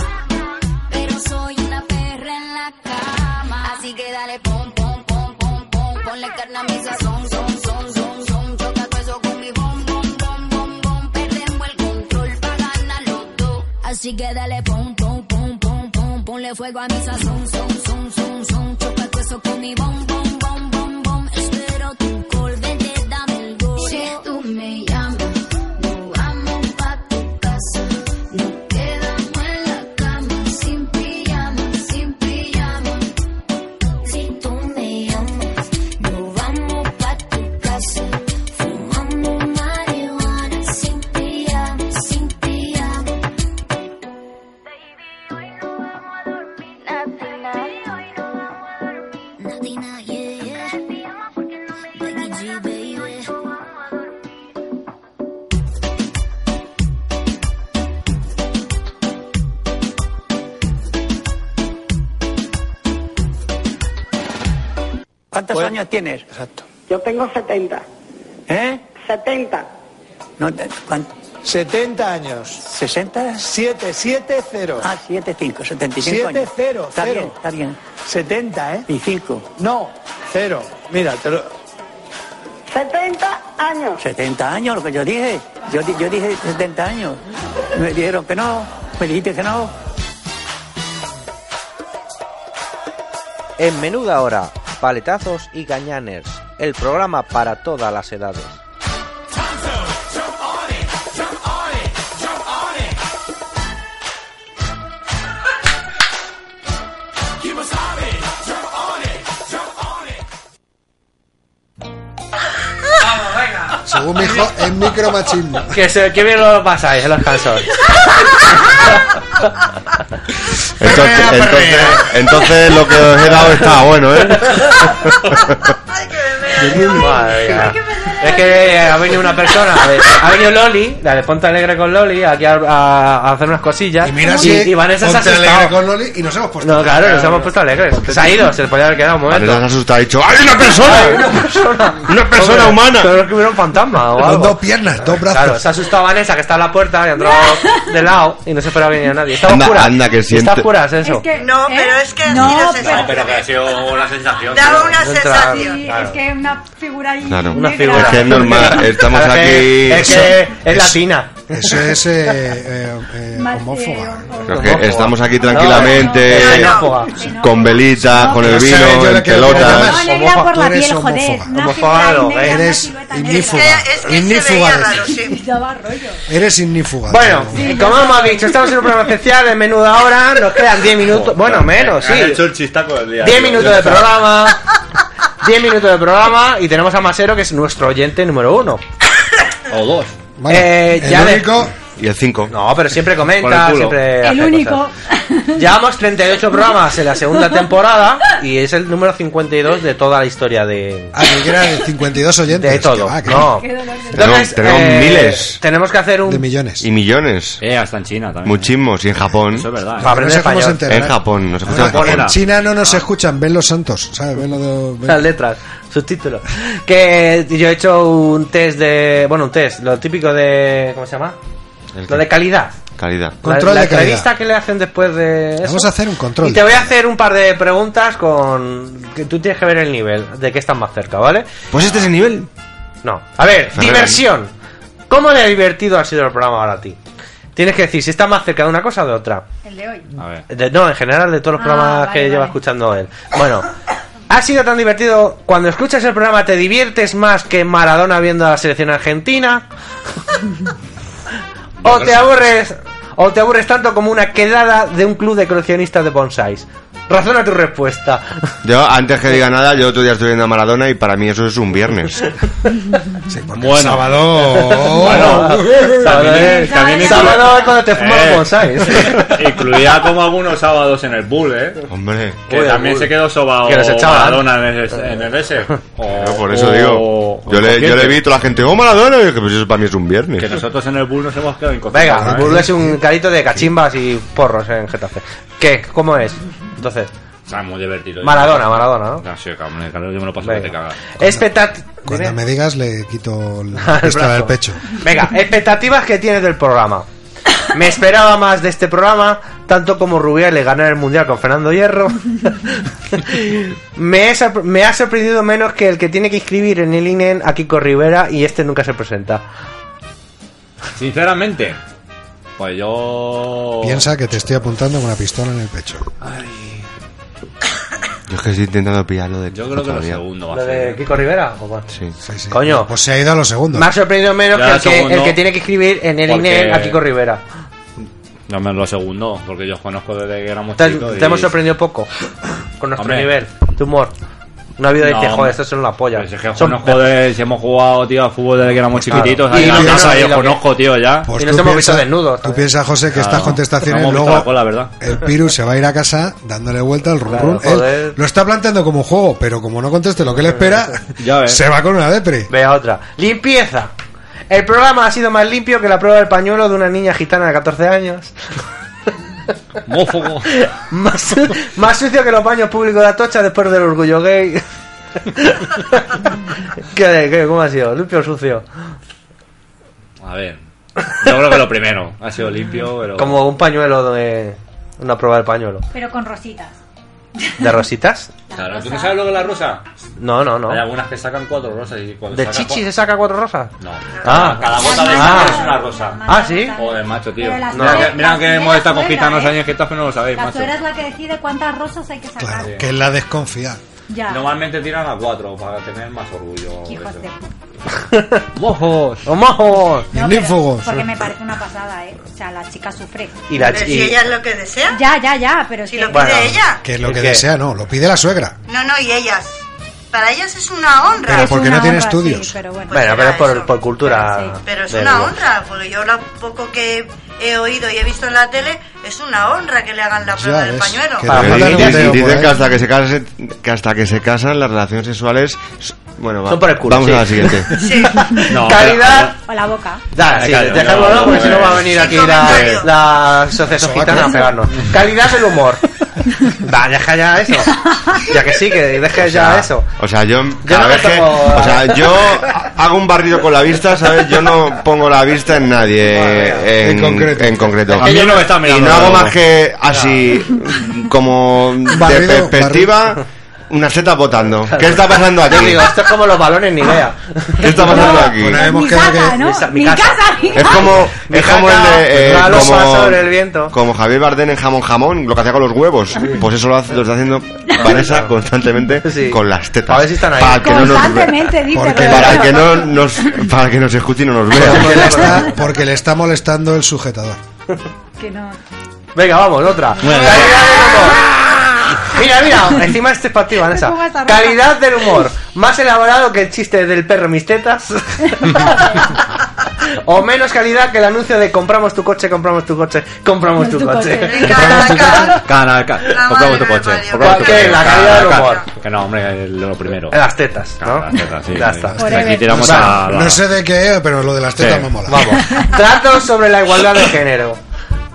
Speaker 21: pero soy una perra en la cama. Así que dale pom, pom, pom, pom, pom. Ponle carne a mi sazón, son, son, son, son. Choca todo eso con mi bom, bom, bom, bom, bom. Perdemos el control para ganar los dos. Así que dale pom, pom, pom, pom, pom. Ponle fuego a mi sazón, son, son, son, son. Choca todo eso con mi bom, bom, bom, bom, bom. Espero tu call, vete, dame el gol. Si tú me llamas, no vamos pa' tu casa. Nos quedamos en la cama sin pijama, sin pijama.
Speaker 25: Si tú me llamas, nos vamos pa' tu casa. Fumando marihuana sin pijama, sin pijama. Baby, hoy no vamos a dormir. Nothing, hoy no vamos a dormir. Nothing, yeah, yeah.
Speaker 12: ¿Cuántos
Speaker 15: Pues-
Speaker 12: años tienes?
Speaker 15: Yo tengo 70.
Speaker 12: ¿Eh?
Speaker 15: 70.
Speaker 12: No, te- ¿cuánto? 70 años. ¿60? 7, 7, 0. Ah, 7, 5, 75 años.
Speaker 15: 7, 0,
Speaker 12: Está
Speaker 15: 0.
Speaker 12: bien, está bien. 70, ¿eh? Y 5. No, 0.
Speaker 15: Mira, te lo... 70 años.
Speaker 12: 70 años, lo que yo dije. Yo, di- yo dije 70 años. Me dijeron que no, me dijiste que no.
Speaker 1: En menuda hora, paletazos y cañaners, el programa para todas las edades.
Speaker 2: Según mi hijo, es micromachismo.
Speaker 1: Que, se, que bien lo pasáis en los canciones.
Speaker 10: Entonces, entonces, entonces lo que os he dado está bueno, ¿eh?
Speaker 1: Madre mía. Es que eh, ha venido una persona, ha venido Loli, la de Ponte Alegre con Loli, aquí a, a- a hacer unas cosillas. Y
Speaker 2: Mira si
Speaker 1: Vanessa se ha
Speaker 2: ponte alegre
Speaker 1: asustado.
Speaker 2: con Loli y nos hemos puesto.
Speaker 1: No, claro, nos hemos puesto alegres. Se ha ido, se le podía haber quedado un momento.
Speaker 10: Vanessa se ha asustado, ha dicho, ¡hay una persona!
Speaker 1: Hay una persona! ¡Una
Speaker 10: persona humana!
Speaker 1: Pero es que hubiera un fantasma o
Speaker 10: Con
Speaker 1: algo.
Speaker 10: dos
Speaker 1: piernas, dos brazos. Claro, se ha asustado Vanessa, que está en la puerta, y ha entrado de lado, y no se esperaba que viniera nadie. Está
Speaker 10: Anda,
Speaker 1: oscura.
Speaker 10: anda, que siente-
Speaker 1: Está oscura, es eso.
Speaker 23: no, pero es que
Speaker 11: No,
Speaker 23: mira, se-
Speaker 11: pero-
Speaker 14: Ah, pero que ha sido una sensación.
Speaker 23: Daba
Speaker 1: Entra-
Speaker 23: una sensación.
Speaker 1: claro.
Speaker 11: Es que una figura ahí.
Speaker 10: Claro,
Speaker 11: negra.
Speaker 10: es que es normal, estamos
Speaker 1: Es
Speaker 10: aquí...
Speaker 1: que- es que es latina.
Speaker 2: Eso es eh, eh, eh, homófoba.
Speaker 10: Creo que estamos aquí tranquilamente,
Speaker 2: No,
Speaker 11: no,
Speaker 10: con velitas, con el
Speaker 2: No sé,
Speaker 10: vino,
Speaker 2: yo le
Speaker 10: en
Speaker 2: quiero
Speaker 10: pelotas.
Speaker 2: poner
Speaker 11: Negra por
Speaker 2: Tú
Speaker 11: la
Speaker 2: eres
Speaker 11: piel, joder.
Speaker 2: homófoba.
Speaker 11: Una
Speaker 10: Homófoba
Speaker 11: figura
Speaker 10: no,
Speaker 11: negra,
Speaker 10: ¿eh?
Speaker 11: una
Speaker 2: Eres
Speaker 11: silueta
Speaker 2: ignífuga.
Speaker 11: negra.
Speaker 2: Ignífuga.
Speaker 11: Daba rollo.
Speaker 2: Eres ignífuga.
Speaker 1: Bueno, como hemos dicho, estamos en un programa especial de menuda hora, nos quedan 10 minutos, bueno, menos, sí.
Speaker 14: Ha hecho el chistaco del día.
Speaker 1: 10 minutos de programa. 10 minutos de programa y tenemos a Masero, que es nuestro oyente número uno.
Speaker 14: O dos.
Speaker 1: Eh, ya de-
Speaker 10: Y el 5.
Speaker 1: No, pero siempre
Speaker 10: Con el
Speaker 1: comenta,
Speaker 10: culo.
Speaker 1: siempre hace
Speaker 11: El único.
Speaker 1: cosas. Llevamos 38 programas en la segunda temporada y es el número 52 de toda la historia de...
Speaker 2: Ah, que eran 52 oyentes.
Speaker 1: De todo,
Speaker 2: Que va, que va.
Speaker 1: no.
Speaker 10: Tenemos, tenemos
Speaker 1: eh,
Speaker 10: miles.
Speaker 1: Tenemos que hacer un...
Speaker 2: millones.
Speaker 10: Y millones.
Speaker 14: Eh, hasta en China también.
Speaker 10: Muchísimos. Y en Japón. Eso
Speaker 14: es verdad.
Speaker 2: Para aprender No sé cómo español. se ¿eh? enteran.
Speaker 10: En Japón. Nos escuchan en
Speaker 2: Ahora,
Speaker 10: Japón.
Speaker 2: en China no nos escuchan, ven los santos, ¿sabes? Ven lo de-
Speaker 1: Las letras, sus títulos. Que yo he hecho un test de... Bueno, un test, lo típico de... ¿Cómo se llama?
Speaker 10: El-
Speaker 1: Lo de calidad.
Speaker 10: Calidad.
Speaker 2: Control
Speaker 1: la, la
Speaker 2: de calidad.
Speaker 1: entrevista que le hacen después de eso.
Speaker 2: Vamos a hacer un control.
Speaker 1: Y te voy a hacer un par de preguntas con que tú tienes que ver el nivel de que están más cerca, ¿vale?
Speaker 10: Pues este es el nivel.
Speaker 1: No. A ver,
Speaker 10: Ferrer. ¿eh?
Speaker 1: diversión. ¿Cómo de divertido ha sido el programa ahora a ti? Tienes que decir si está más cerca de una cosa o de otra.
Speaker 11: El de hoy.
Speaker 14: A ver.
Speaker 1: De- no, en general de todos los
Speaker 11: Ah,
Speaker 1: programas
Speaker 11: vale,
Speaker 1: que lleva
Speaker 11: vale.
Speaker 1: escuchando él. Bueno, ha sido tan divertido. Cuando escuchas el programa, ¿te diviertes más que Maradona viendo a la selección argentina? ¿O te aburres? ¿O te aburres tanto como una quedada de un club de coleccionistas de bonsáis? Razona tu respuesta.
Speaker 10: Yo, antes que diga nada, yo otro día estoy viendo a Maradona y para mí eso es un viernes.
Speaker 14: Bueno.
Speaker 10: sábado.
Speaker 14: Bueno, también- también
Speaker 1: Sábado es cuando te fumas ¿eh?
Speaker 14: Eh.
Speaker 1: un bonsái.
Speaker 14: Incluía como algunos sábados en el bull, ¿eh.
Speaker 10: Hombre.
Speaker 14: Que
Speaker 1: Uy,
Speaker 14: también
Speaker 1: uy.
Speaker 14: se quedó sobado
Speaker 1: Que los echaban.
Speaker 14: Maradona en el, en el S. O-
Speaker 10: Por eso
Speaker 14: o-
Speaker 10: digo.
Speaker 14: o
Speaker 10: Yo le, yo
Speaker 14: inconsciente.
Speaker 10: le vi a toda la gente, ¡oh, Maradona! Y yo, que pues eso para mí es un viernes.
Speaker 14: Que nosotros en el bull nos hemos quedado inconscientes.
Speaker 1: Venga, el
Speaker 14: ¿eh?
Speaker 1: burlo es un carito de cachimbas y porros en Getafe. ¿Qué? ¿Cómo es? Entonces,
Speaker 14: Está muy divertido.
Speaker 1: Maradona, Maradona, ¿no?
Speaker 14: No, sí, cabrón, cabrón, yo me lo paso
Speaker 1: Venga.
Speaker 14: que te cagas.
Speaker 1: Expectat-
Speaker 2: Cuando me digas, le quito el-
Speaker 1: Al
Speaker 2: la pistola del
Speaker 1: brazo.
Speaker 2: pecho.
Speaker 1: Venga, expectativas que tienes del programa. Me esperaba más de este programa, tanto como Rubiales le ganar el mundial con Fernando Hierro. me, he sorpre- me ha sorprendido menos que el que tiene que inscribir en el INEN a Kiko Rivera y este nunca se presenta.
Speaker 14: Sinceramente, pues yo.
Speaker 2: Piensa que te estoy apuntando con una pistola en el pecho.
Speaker 10: Yo es que estoy intentando pillarlo de
Speaker 14: Yo creo que lo
Speaker 10: todavía.
Speaker 14: segundo va
Speaker 1: ¿Lo
Speaker 14: a ser.
Speaker 1: de Kiko Rivera? ¿o cuál?
Speaker 10: Sí.
Speaker 1: Coño.
Speaker 2: Pues se ha ido a los segundos.
Speaker 1: Me ha sorprendido menos
Speaker 14: Ya,
Speaker 1: que el, que
Speaker 14: segundo,
Speaker 1: el que tiene que inscribir en el
Speaker 14: porque-
Speaker 1: INEN a Kiko Rivera.
Speaker 14: No, me lo segundo, porque yo os conozco desde que éramos
Speaker 1: Te,
Speaker 14: chicos.
Speaker 1: te
Speaker 14: y-
Speaker 1: hemos sorprendido poco con nuestro
Speaker 14: Hombre.
Speaker 1: nivel de humor. No ha habido de
Speaker 14: No,
Speaker 1: este, joder,
Speaker 14: hombre.
Speaker 1: estos son una polla.
Speaker 14: Pues es que os
Speaker 1: Son-
Speaker 14: conozco de- si hemos jugado, tío, a fútbol desde que éramos
Speaker 1: Claro.
Speaker 14: chiquititos.
Speaker 1: Y
Speaker 14: Ahí en la
Speaker 1: no,
Speaker 14: casa,
Speaker 1: no,
Speaker 14: yo
Speaker 1: y lo que-
Speaker 14: conozco, tío, ya.
Speaker 2: Pues
Speaker 1: Y nos
Speaker 2: tú
Speaker 1: hemos
Speaker 2: piensas-
Speaker 1: visto desnudos.
Speaker 2: Tú piensas, José, que
Speaker 14: Claro.
Speaker 2: estas
Speaker 14: Nos
Speaker 2: contestaciones
Speaker 14: hemos visto la
Speaker 2: luego
Speaker 14: cola, ¿verdad?
Speaker 1: Eh.
Speaker 2: el Piru se va a ir a casa dándole vuelta al run
Speaker 1: Claro,
Speaker 2: run. Él
Speaker 1: joder.
Speaker 2: lo está planteando como un juego, pero como no conteste lo que le espera,
Speaker 14: Ya ves.
Speaker 2: se va con una depre.
Speaker 1: Vea otra. Limpieza. El programa ha sido más limpio que la prueba del pañuelo de una niña gitana de 14 años.
Speaker 14: Mófogo.
Speaker 1: Más, su- más sucio que los baños públicos de Atocha después del orgullo gay. ¿Qué, qué, cómo ha sido? ¿Limpio o sucio?
Speaker 14: A ver. Yo creo que lo primero. Ha sido limpio, pero.
Speaker 1: Como un pañuelo de. Una prueba del pañuelo.
Speaker 11: Pero con rositas.
Speaker 1: ¿De rositas?
Speaker 14: Claro, ¿tú no sabes lo que es la rosa?
Speaker 1: No, no, no.
Speaker 14: Hay algunas que sacan cuatro rosas y cuando
Speaker 1: ¿De
Speaker 14: sacan
Speaker 1: chichi
Speaker 14: cua-
Speaker 1: se Pues saca cuatro rosas?
Speaker 14: No.
Speaker 1: Ah.
Speaker 14: Cada gota de
Speaker 1: Ah.
Speaker 14: sangre es una rosa.
Speaker 1: Ah, ¿sí?
Speaker 14: Joder, macho, tío.
Speaker 11: Pero las
Speaker 14: mira,
Speaker 11: suegras-
Speaker 14: que, mira
Speaker 11: las
Speaker 14: que hemos estado
Speaker 11: suegras,
Speaker 14: con gitanos
Speaker 11: ¿eh?
Speaker 14: años que estás, pero no lo sabéis,
Speaker 11: La
Speaker 14: macho.
Speaker 11: suegra es la que decide cuántas rosas hay que sacar.
Speaker 2: Claro, que es la desconfiar.
Speaker 11: Ya.
Speaker 14: Normalmente tiran a cuatro para tener más orgullo.
Speaker 11: Hijos de puta.
Speaker 1: ¡Mojos! ¡Oh, mojos!
Speaker 11: No, pero- Porque me parece una pasada, ¿eh? O sea, la chica sufre.
Speaker 1: Y la Pero chi- si ella
Speaker 11: es lo que desea. Ya, ya, ya, pero si
Speaker 23: lo pide Bueno. ella.
Speaker 2: Que es lo que desea, no, lo pide la suegra.
Speaker 23: No, no, y ellas. Para ellas es una honra.
Speaker 2: Pero porque no tiene estudios.
Speaker 23: pero bueno.
Speaker 1: bueno, pero es por, por cultura.
Speaker 23: Pero es
Speaker 1: del-
Speaker 23: una honra, porque yo lo poco que he oído y he visto en la tele, es una honra que le hagan la prueba del pañuelo.
Speaker 2: Para
Speaker 10: Pero
Speaker 2: matar
Speaker 10: di-
Speaker 2: un
Speaker 10: di-
Speaker 2: ateo
Speaker 10: dicen
Speaker 2: por
Speaker 14: pues.
Speaker 2: ahí.
Speaker 10: que hasta que se casen, que hasta que se casan las relaciones sexuales s- bueno, va-
Speaker 1: Son por el culo,
Speaker 10: vamos
Speaker 1: sí.
Speaker 10: a la siguiente.
Speaker 23: Sí.
Speaker 10: No,
Speaker 1: Calidad.
Speaker 11: O la boca.
Speaker 1: Da,
Speaker 10: Venga,
Speaker 1: sí,
Speaker 10: callo,
Speaker 1: dejadlo,
Speaker 10: no,
Speaker 1: ¿no? porque si no
Speaker 10: pues.
Speaker 1: va a venir aquí la,
Speaker 10: comentario.
Speaker 1: la asociación gitana a pegarnos. Calidad del humor. Va, deja ya eso. Ya que sí, que deje ya eso.
Speaker 10: O sea, yo cada
Speaker 1: no me
Speaker 10: vez que-
Speaker 1: tomo-
Speaker 10: o sea, yo hago un barrido con la vista, ¿sabes? Yo no pongo la vista en nadie en, en concreto.
Speaker 14: Es que A mí yo no me está mirando.
Speaker 10: Y no hago más que así como de
Speaker 1: Barrido,
Speaker 10: perspectiva una seta botando. ¿Qué está pasando aquí?
Speaker 1: Yo digo, esto es como los balones ni vea.
Speaker 10: ¿Qué está pasando aquí?
Speaker 2: hemos quedado que-
Speaker 1: Mi, sa- mi casa.
Speaker 10: Es como, es como el de. eh,
Speaker 1: la losa
Speaker 10: como,
Speaker 1: sobre el viento.
Speaker 10: como Javier Bardem en Jamón Jamón, lo que hacía con los huevos. Pues eso lo, hace, lo está haciendo Vanessa constantemente con las tetas. A ver si están ahí. Para que no nos, ve-
Speaker 11: Constantemente dice.
Speaker 2: Porque
Speaker 11: pero
Speaker 10: para
Speaker 11: bueno.
Speaker 10: que no nos, para que nos escuche y no nos
Speaker 2: Porque
Speaker 10: vea.
Speaker 2: le, está, porque le está molestando el sujetador.
Speaker 11: Que no.
Speaker 1: Venga, vamos, otra. Calidad del humor. Mira, mira, encima este es para ti, Vanessa.
Speaker 11: pongas a ropa.
Speaker 1: Calidad del humor. Más elaborado que el chiste del perro en mis tetas. o menos calidad que el anuncio de compramos tu coche, compramos tu coche, compramos tu, coche.
Speaker 14: Cana, ca- compramos tu coche. compramos tu
Speaker 1: ¿Qué?
Speaker 14: coche.
Speaker 1: La
Speaker 14: Cana,
Speaker 1: calidad del
Speaker 14: cana.
Speaker 1: humor.
Speaker 14: Que no, hombre, eh, lo primero.
Speaker 1: Las tetas, ¿no?
Speaker 14: Las tetas, sí.
Speaker 1: Ya está.
Speaker 14: Aquí tiramos
Speaker 2: O sea,
Speaker 14: a. la-
Speaker 2: No sé de qué es, pero lo de las tetas me mola.
Speaker 1: Vamos. Tratos sobre la igualdad de género.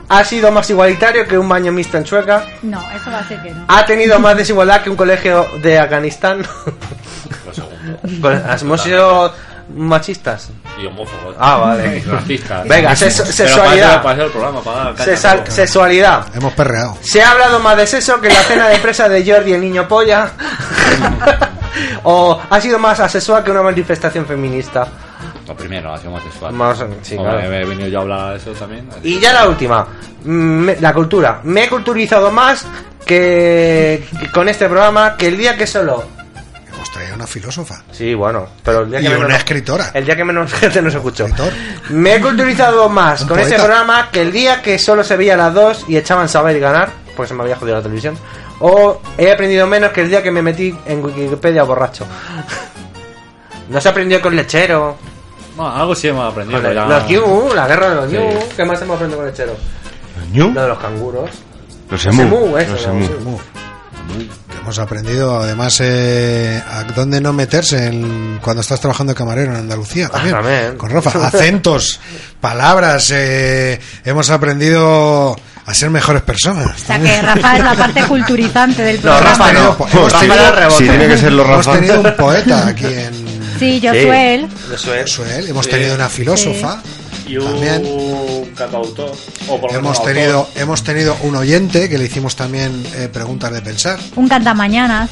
Speaker 1: Ha sido más igualitario que un baño mixto en Chueca.
Speaker 11: No, eso va a ser que no.
Speaker 1: Ha tenido más desigualdad que un colegio de Afganistán. Con- Hemos sido machistas.
Speaker 14: Y homófobos.
Speaker 1: Ah, vale.
Speaker 14: Racistas.
Speaker 1: Venga, seso- sexualidad.
Speaker 14: Pero para eso- para eso el programa, para dar caña,
Speaker 1: Sesal-
Speaker 14: ¿no?
Speaker 1: sexualidad.
Speaker 2: Hemos perreado.
Speaker 1: Se ha hablado más de sexo que en la cena de presa de Jordi el niño polla. o ha sido más asexual que una manifestación feminista.
Speaker 14: Lo primero, ha sido más sexual.
Speaker 1: Más- sí,
Speaker 14: Hombre,
Speaker 1: claro.
Speaker 14: me he venido yo a hablar de eso también.
Speaker 1: Y ya la última. Mm, me- la cultura. Me he culturizado más que, que con este programa que el día que solo.
Speaker 2: Hemos traído una filósofa.
Speaker 1: Sí, bueno, pero el día
Speaker 2: Y
Speaker 1: que
Speaker 2: una
Speaker 1: menos,
Speaker 2: escritora.
Speaker 1: El día que menos gente nos escuchó. Me he culturizado más con este
Speaker 2: poeta.
Speaker 1: programa que el día que solo se veía las dos y echaban saber y ganar, porque se me había jodido la televisión. O he aprendido menos que el día que me metí en Wikipedia borracho. No se aprendió con lechero.
Speaker 14: Bueno, algo sí hemos aprendido.
Speaker 1: Con
Speaker 14: ya-
Speaker 1: Los New, la guerra de los
Speaker 14: Sí.
Speaker 1: New. ¿Qué más hemos aprendido con lechero? Lo de los canguros. Los
Speaker 10: Los emu.
Speaker 1: emu, eso,
Speaker 10: Los
Speaker 1: los
Speaker 10: emu.
Speaker 1: emu.
Speaker 2: Que hemos aprendido además eh, a dónde no meterse en- cuando estás trabajando de camarero en Andalucía también.
Speaker 1: también.
Speaker 2: Con Rafa, acentos, palabras. eh, hemos aprendido a ser mejores personas.
Speaker 11: O sea, que Rafa es la parte culturizante del
Speaker 1: No,
Speaker 11: programa.
Speaker 1: Rafa no.
Speaker 2: Hemos
Speaker 1: Rafa
Speaker 2: tenido-
Speaker 1: era el rebote.
Speaker 10: Sí, tiene que ser los
Speaker 2: Hemos
Speaker 10: Rafa.
Speaker 2: tenido un poeta aquí en
Speaker 11: Sí, yo
Speaker 10: Sí.
Speaker 11: suel.
Speaker 1: Josué.
Speaker 2: Josuel, hemos tenido una filósofa.
Speaker 14: Y un cantautor. O por lo menos
Speaker 2: Hemos
Speaker 14: autor.
Speaker 2: tenido, hemos tenido un oyente que le hicimos también eh, preguntas de pensar.
Speaker 11: Un cantamañanas.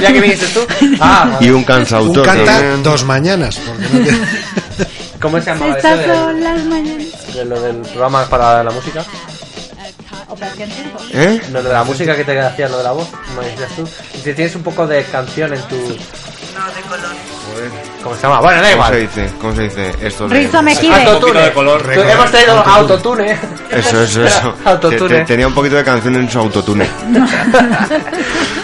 Speaker 1: Ya que viniste tú. Ah,
Speaker 10: Y un cansautor.
Speaker 2: Un canta
Speaker 10: también.
Speaker 2: dos mañanas. porque no tiene-
Speaker 1: ¿Cómo se llamaba eso
Speaker 11: Estas
Speaker 1: de,
Speaker 11: son las mañanas.
Speaker 1: de lo del programa para la música?
Speaker 11: Operación Triunfo.
Speaker 10: ¿Eh?
Speaker 1: Lo de la música que te hacía, lo de la voz, me decías tú. Y si tienes un poco de canción en tu. ¿Cómo se llama? Bueno, da
Speaker 10: ¿Cómo se
Speaker 1: igual.
Speaker 10: dice? ¿Cómo se dice? Esto de-
Speaker 11: Rizo Mejide.
Speaker 1: Autotune.
Speaker 14: color.
Speaker 1: Hemos traído autotune.
Speaker 10: Eso, eso, eso.
Speaker 1: Autotune.
Speaker 10: Te- te- Tenía un poquito de canción en su autotune.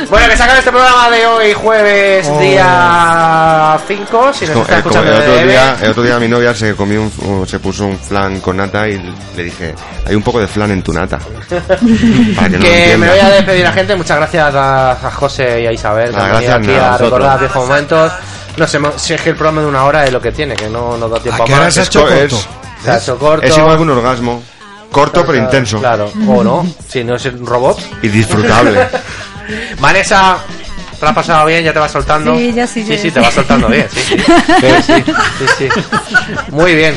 Speaker 1: Bueno, que se acaba este programa de hoy, jueves,
Speaker 10: Oh.
Speaker 1: día 5. Si nos
Speaker 10: Co-
Speaker 1: está
Speaker 10: eh, como
Speaker 1: escuchando
Speaker 10: el, otro
Speaker 1: de
Speaker 10: día, el otro día mi novia se comió un- o se puso un flan con nata y le dije, hay un poco de flan en tu nata. Para que no lo
Speaker 1: que me
Speaker 10: entienda.
Speaker 1: voy a despedir a gente. Muchas gracias a, a José y a Isabel. que
Speaker 10: Ah,
Speaker 1: han venido
Speaker 10: gracias,
Speaker 1: aquí
Speaker 10: nada,
Speaker 1: a
Speaker 10: vosotros.
Speaker 1: recordar viejos momentos. No sé, mo- si es que el programa de una hora es lo que tiene, que no nos da tiempo
Speaker 2: ¿A qué hora
Speaker 1: más.
Speaker 2: se ha hecho
Speaker 10: Es-
Speaker 2: corto?
Speaker 1: Se ha hecho corto.
Speaker 10: Es igual que un orgasmo. Corto pero
Speaker 1: Claro,
Speaker 10: intenso.
Speaker 1: Claro, o no, si no es un robot.
Speaker 10: Y disfrutable.
Speaker 1: Vanessa, te lo has pasado bien, ya te vas soltando.
Speaker 11: Sí, ya sí,
Speaker 1: Sí,
Speaker 11: ya
Speaker 1: sí,
Speaker 11: sí.
Speaker 1: te vas soltando bien, sí, sí. Sí, sí, sí, sí. Muy bien.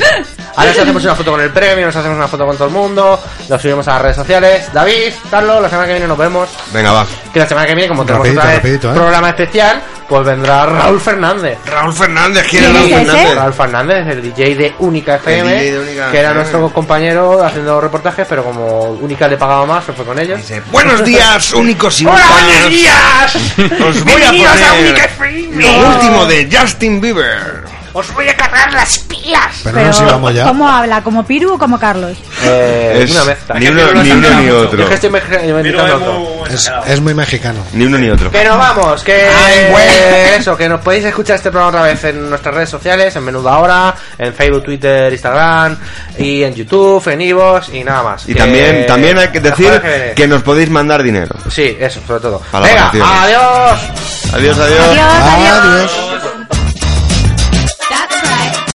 Speaker 1: Ahora nos hacemos una foto con el premio, nos hacemos una foto con todo el mundo, lo subimos a las redes sociales. David, Carlos, la semana que viene nos vemos.
Speaker 10: Venga, va.
Speaker 1: Que la semana que viene, como tenemos
Speaker 10: Rapidito,
Speaker 1: otra vez
Speaker 10: rapidito, ¿eh?
Speaker 1: programa especial, pues vendrá Raúl Fernández.
Speaker 10: Raúl Fernández, ¿quién
Speaker 1: es
Speaker 10: ¿Quién Raúl es ese? Fernández?
Speaker 1: Raúl Fernández, el DJ de Única FM,
Speaker 10: DJ de Única
Speaker 1: que era
Speaker 10: FM.
Speaker 1: nuestro compañero haciendo reportajes, pero como Única le pagaba más, se fue con ellos.
Speaker 10: Buenos días, únicos y
Speaker 1: ¡Hola,
Speaker 10: buenos
Speaker 1: buenos días!
Speaker 10: Os voy a
Speaker 1: Bienvenidos a Única
Speaker 10: poner
Speaker 1: FM.
Speaker 10: lo último de Justin Bieber.
Speaker 1: Os voy a cargar las pilas.
Speaker 10: Pero no, si vamos ya.
Speaker 11: ¿Cómo habla? ¿Como Piru o como Carlos?
Speaker 1: Eh,
Speaker 10: Es
Speaker 1: una mezcla.
Speaker 10: ni
Speaker 1: Es que
Speaker 10: uno-
Speaker 1: no lo
Speaker 10: ni
Speaker 1: he
Speaker 10: uno ni
Speaker 1: sacado.
Speaker 10: otro.
Speaker 1: Es que estoy mezcla- inventando otro.
Speaker 2: Es, es muy mexicano.
Speaker 10: Ni uno ni otro.
Speaker 1: Que nos vamos, que eso, que nos podéis escuchar este programa otra vez en nuestras redes sociales, en Menuda Hora, en Facebook, Twitter, Instagram, y en YouTube, en Ivos y nada más.
Speaker 10: Y
Speaker 1: Que-
Speaker 10: también, también hay que
Speaker 1: Eh, la
Speaker 10: decir
Speaker 1: semana viene.
Speaker 10: que nos podéis mandar dinero.
Speaker 1: Sí, eso, sobre todo.
Speaker 10: Para las
Speaker 1: Venga,
Speaker 10: vacaciones.
Speaker 1: adiós.
Speaker 10: adiós. adiós.
Speaker 11: adiós. adiós.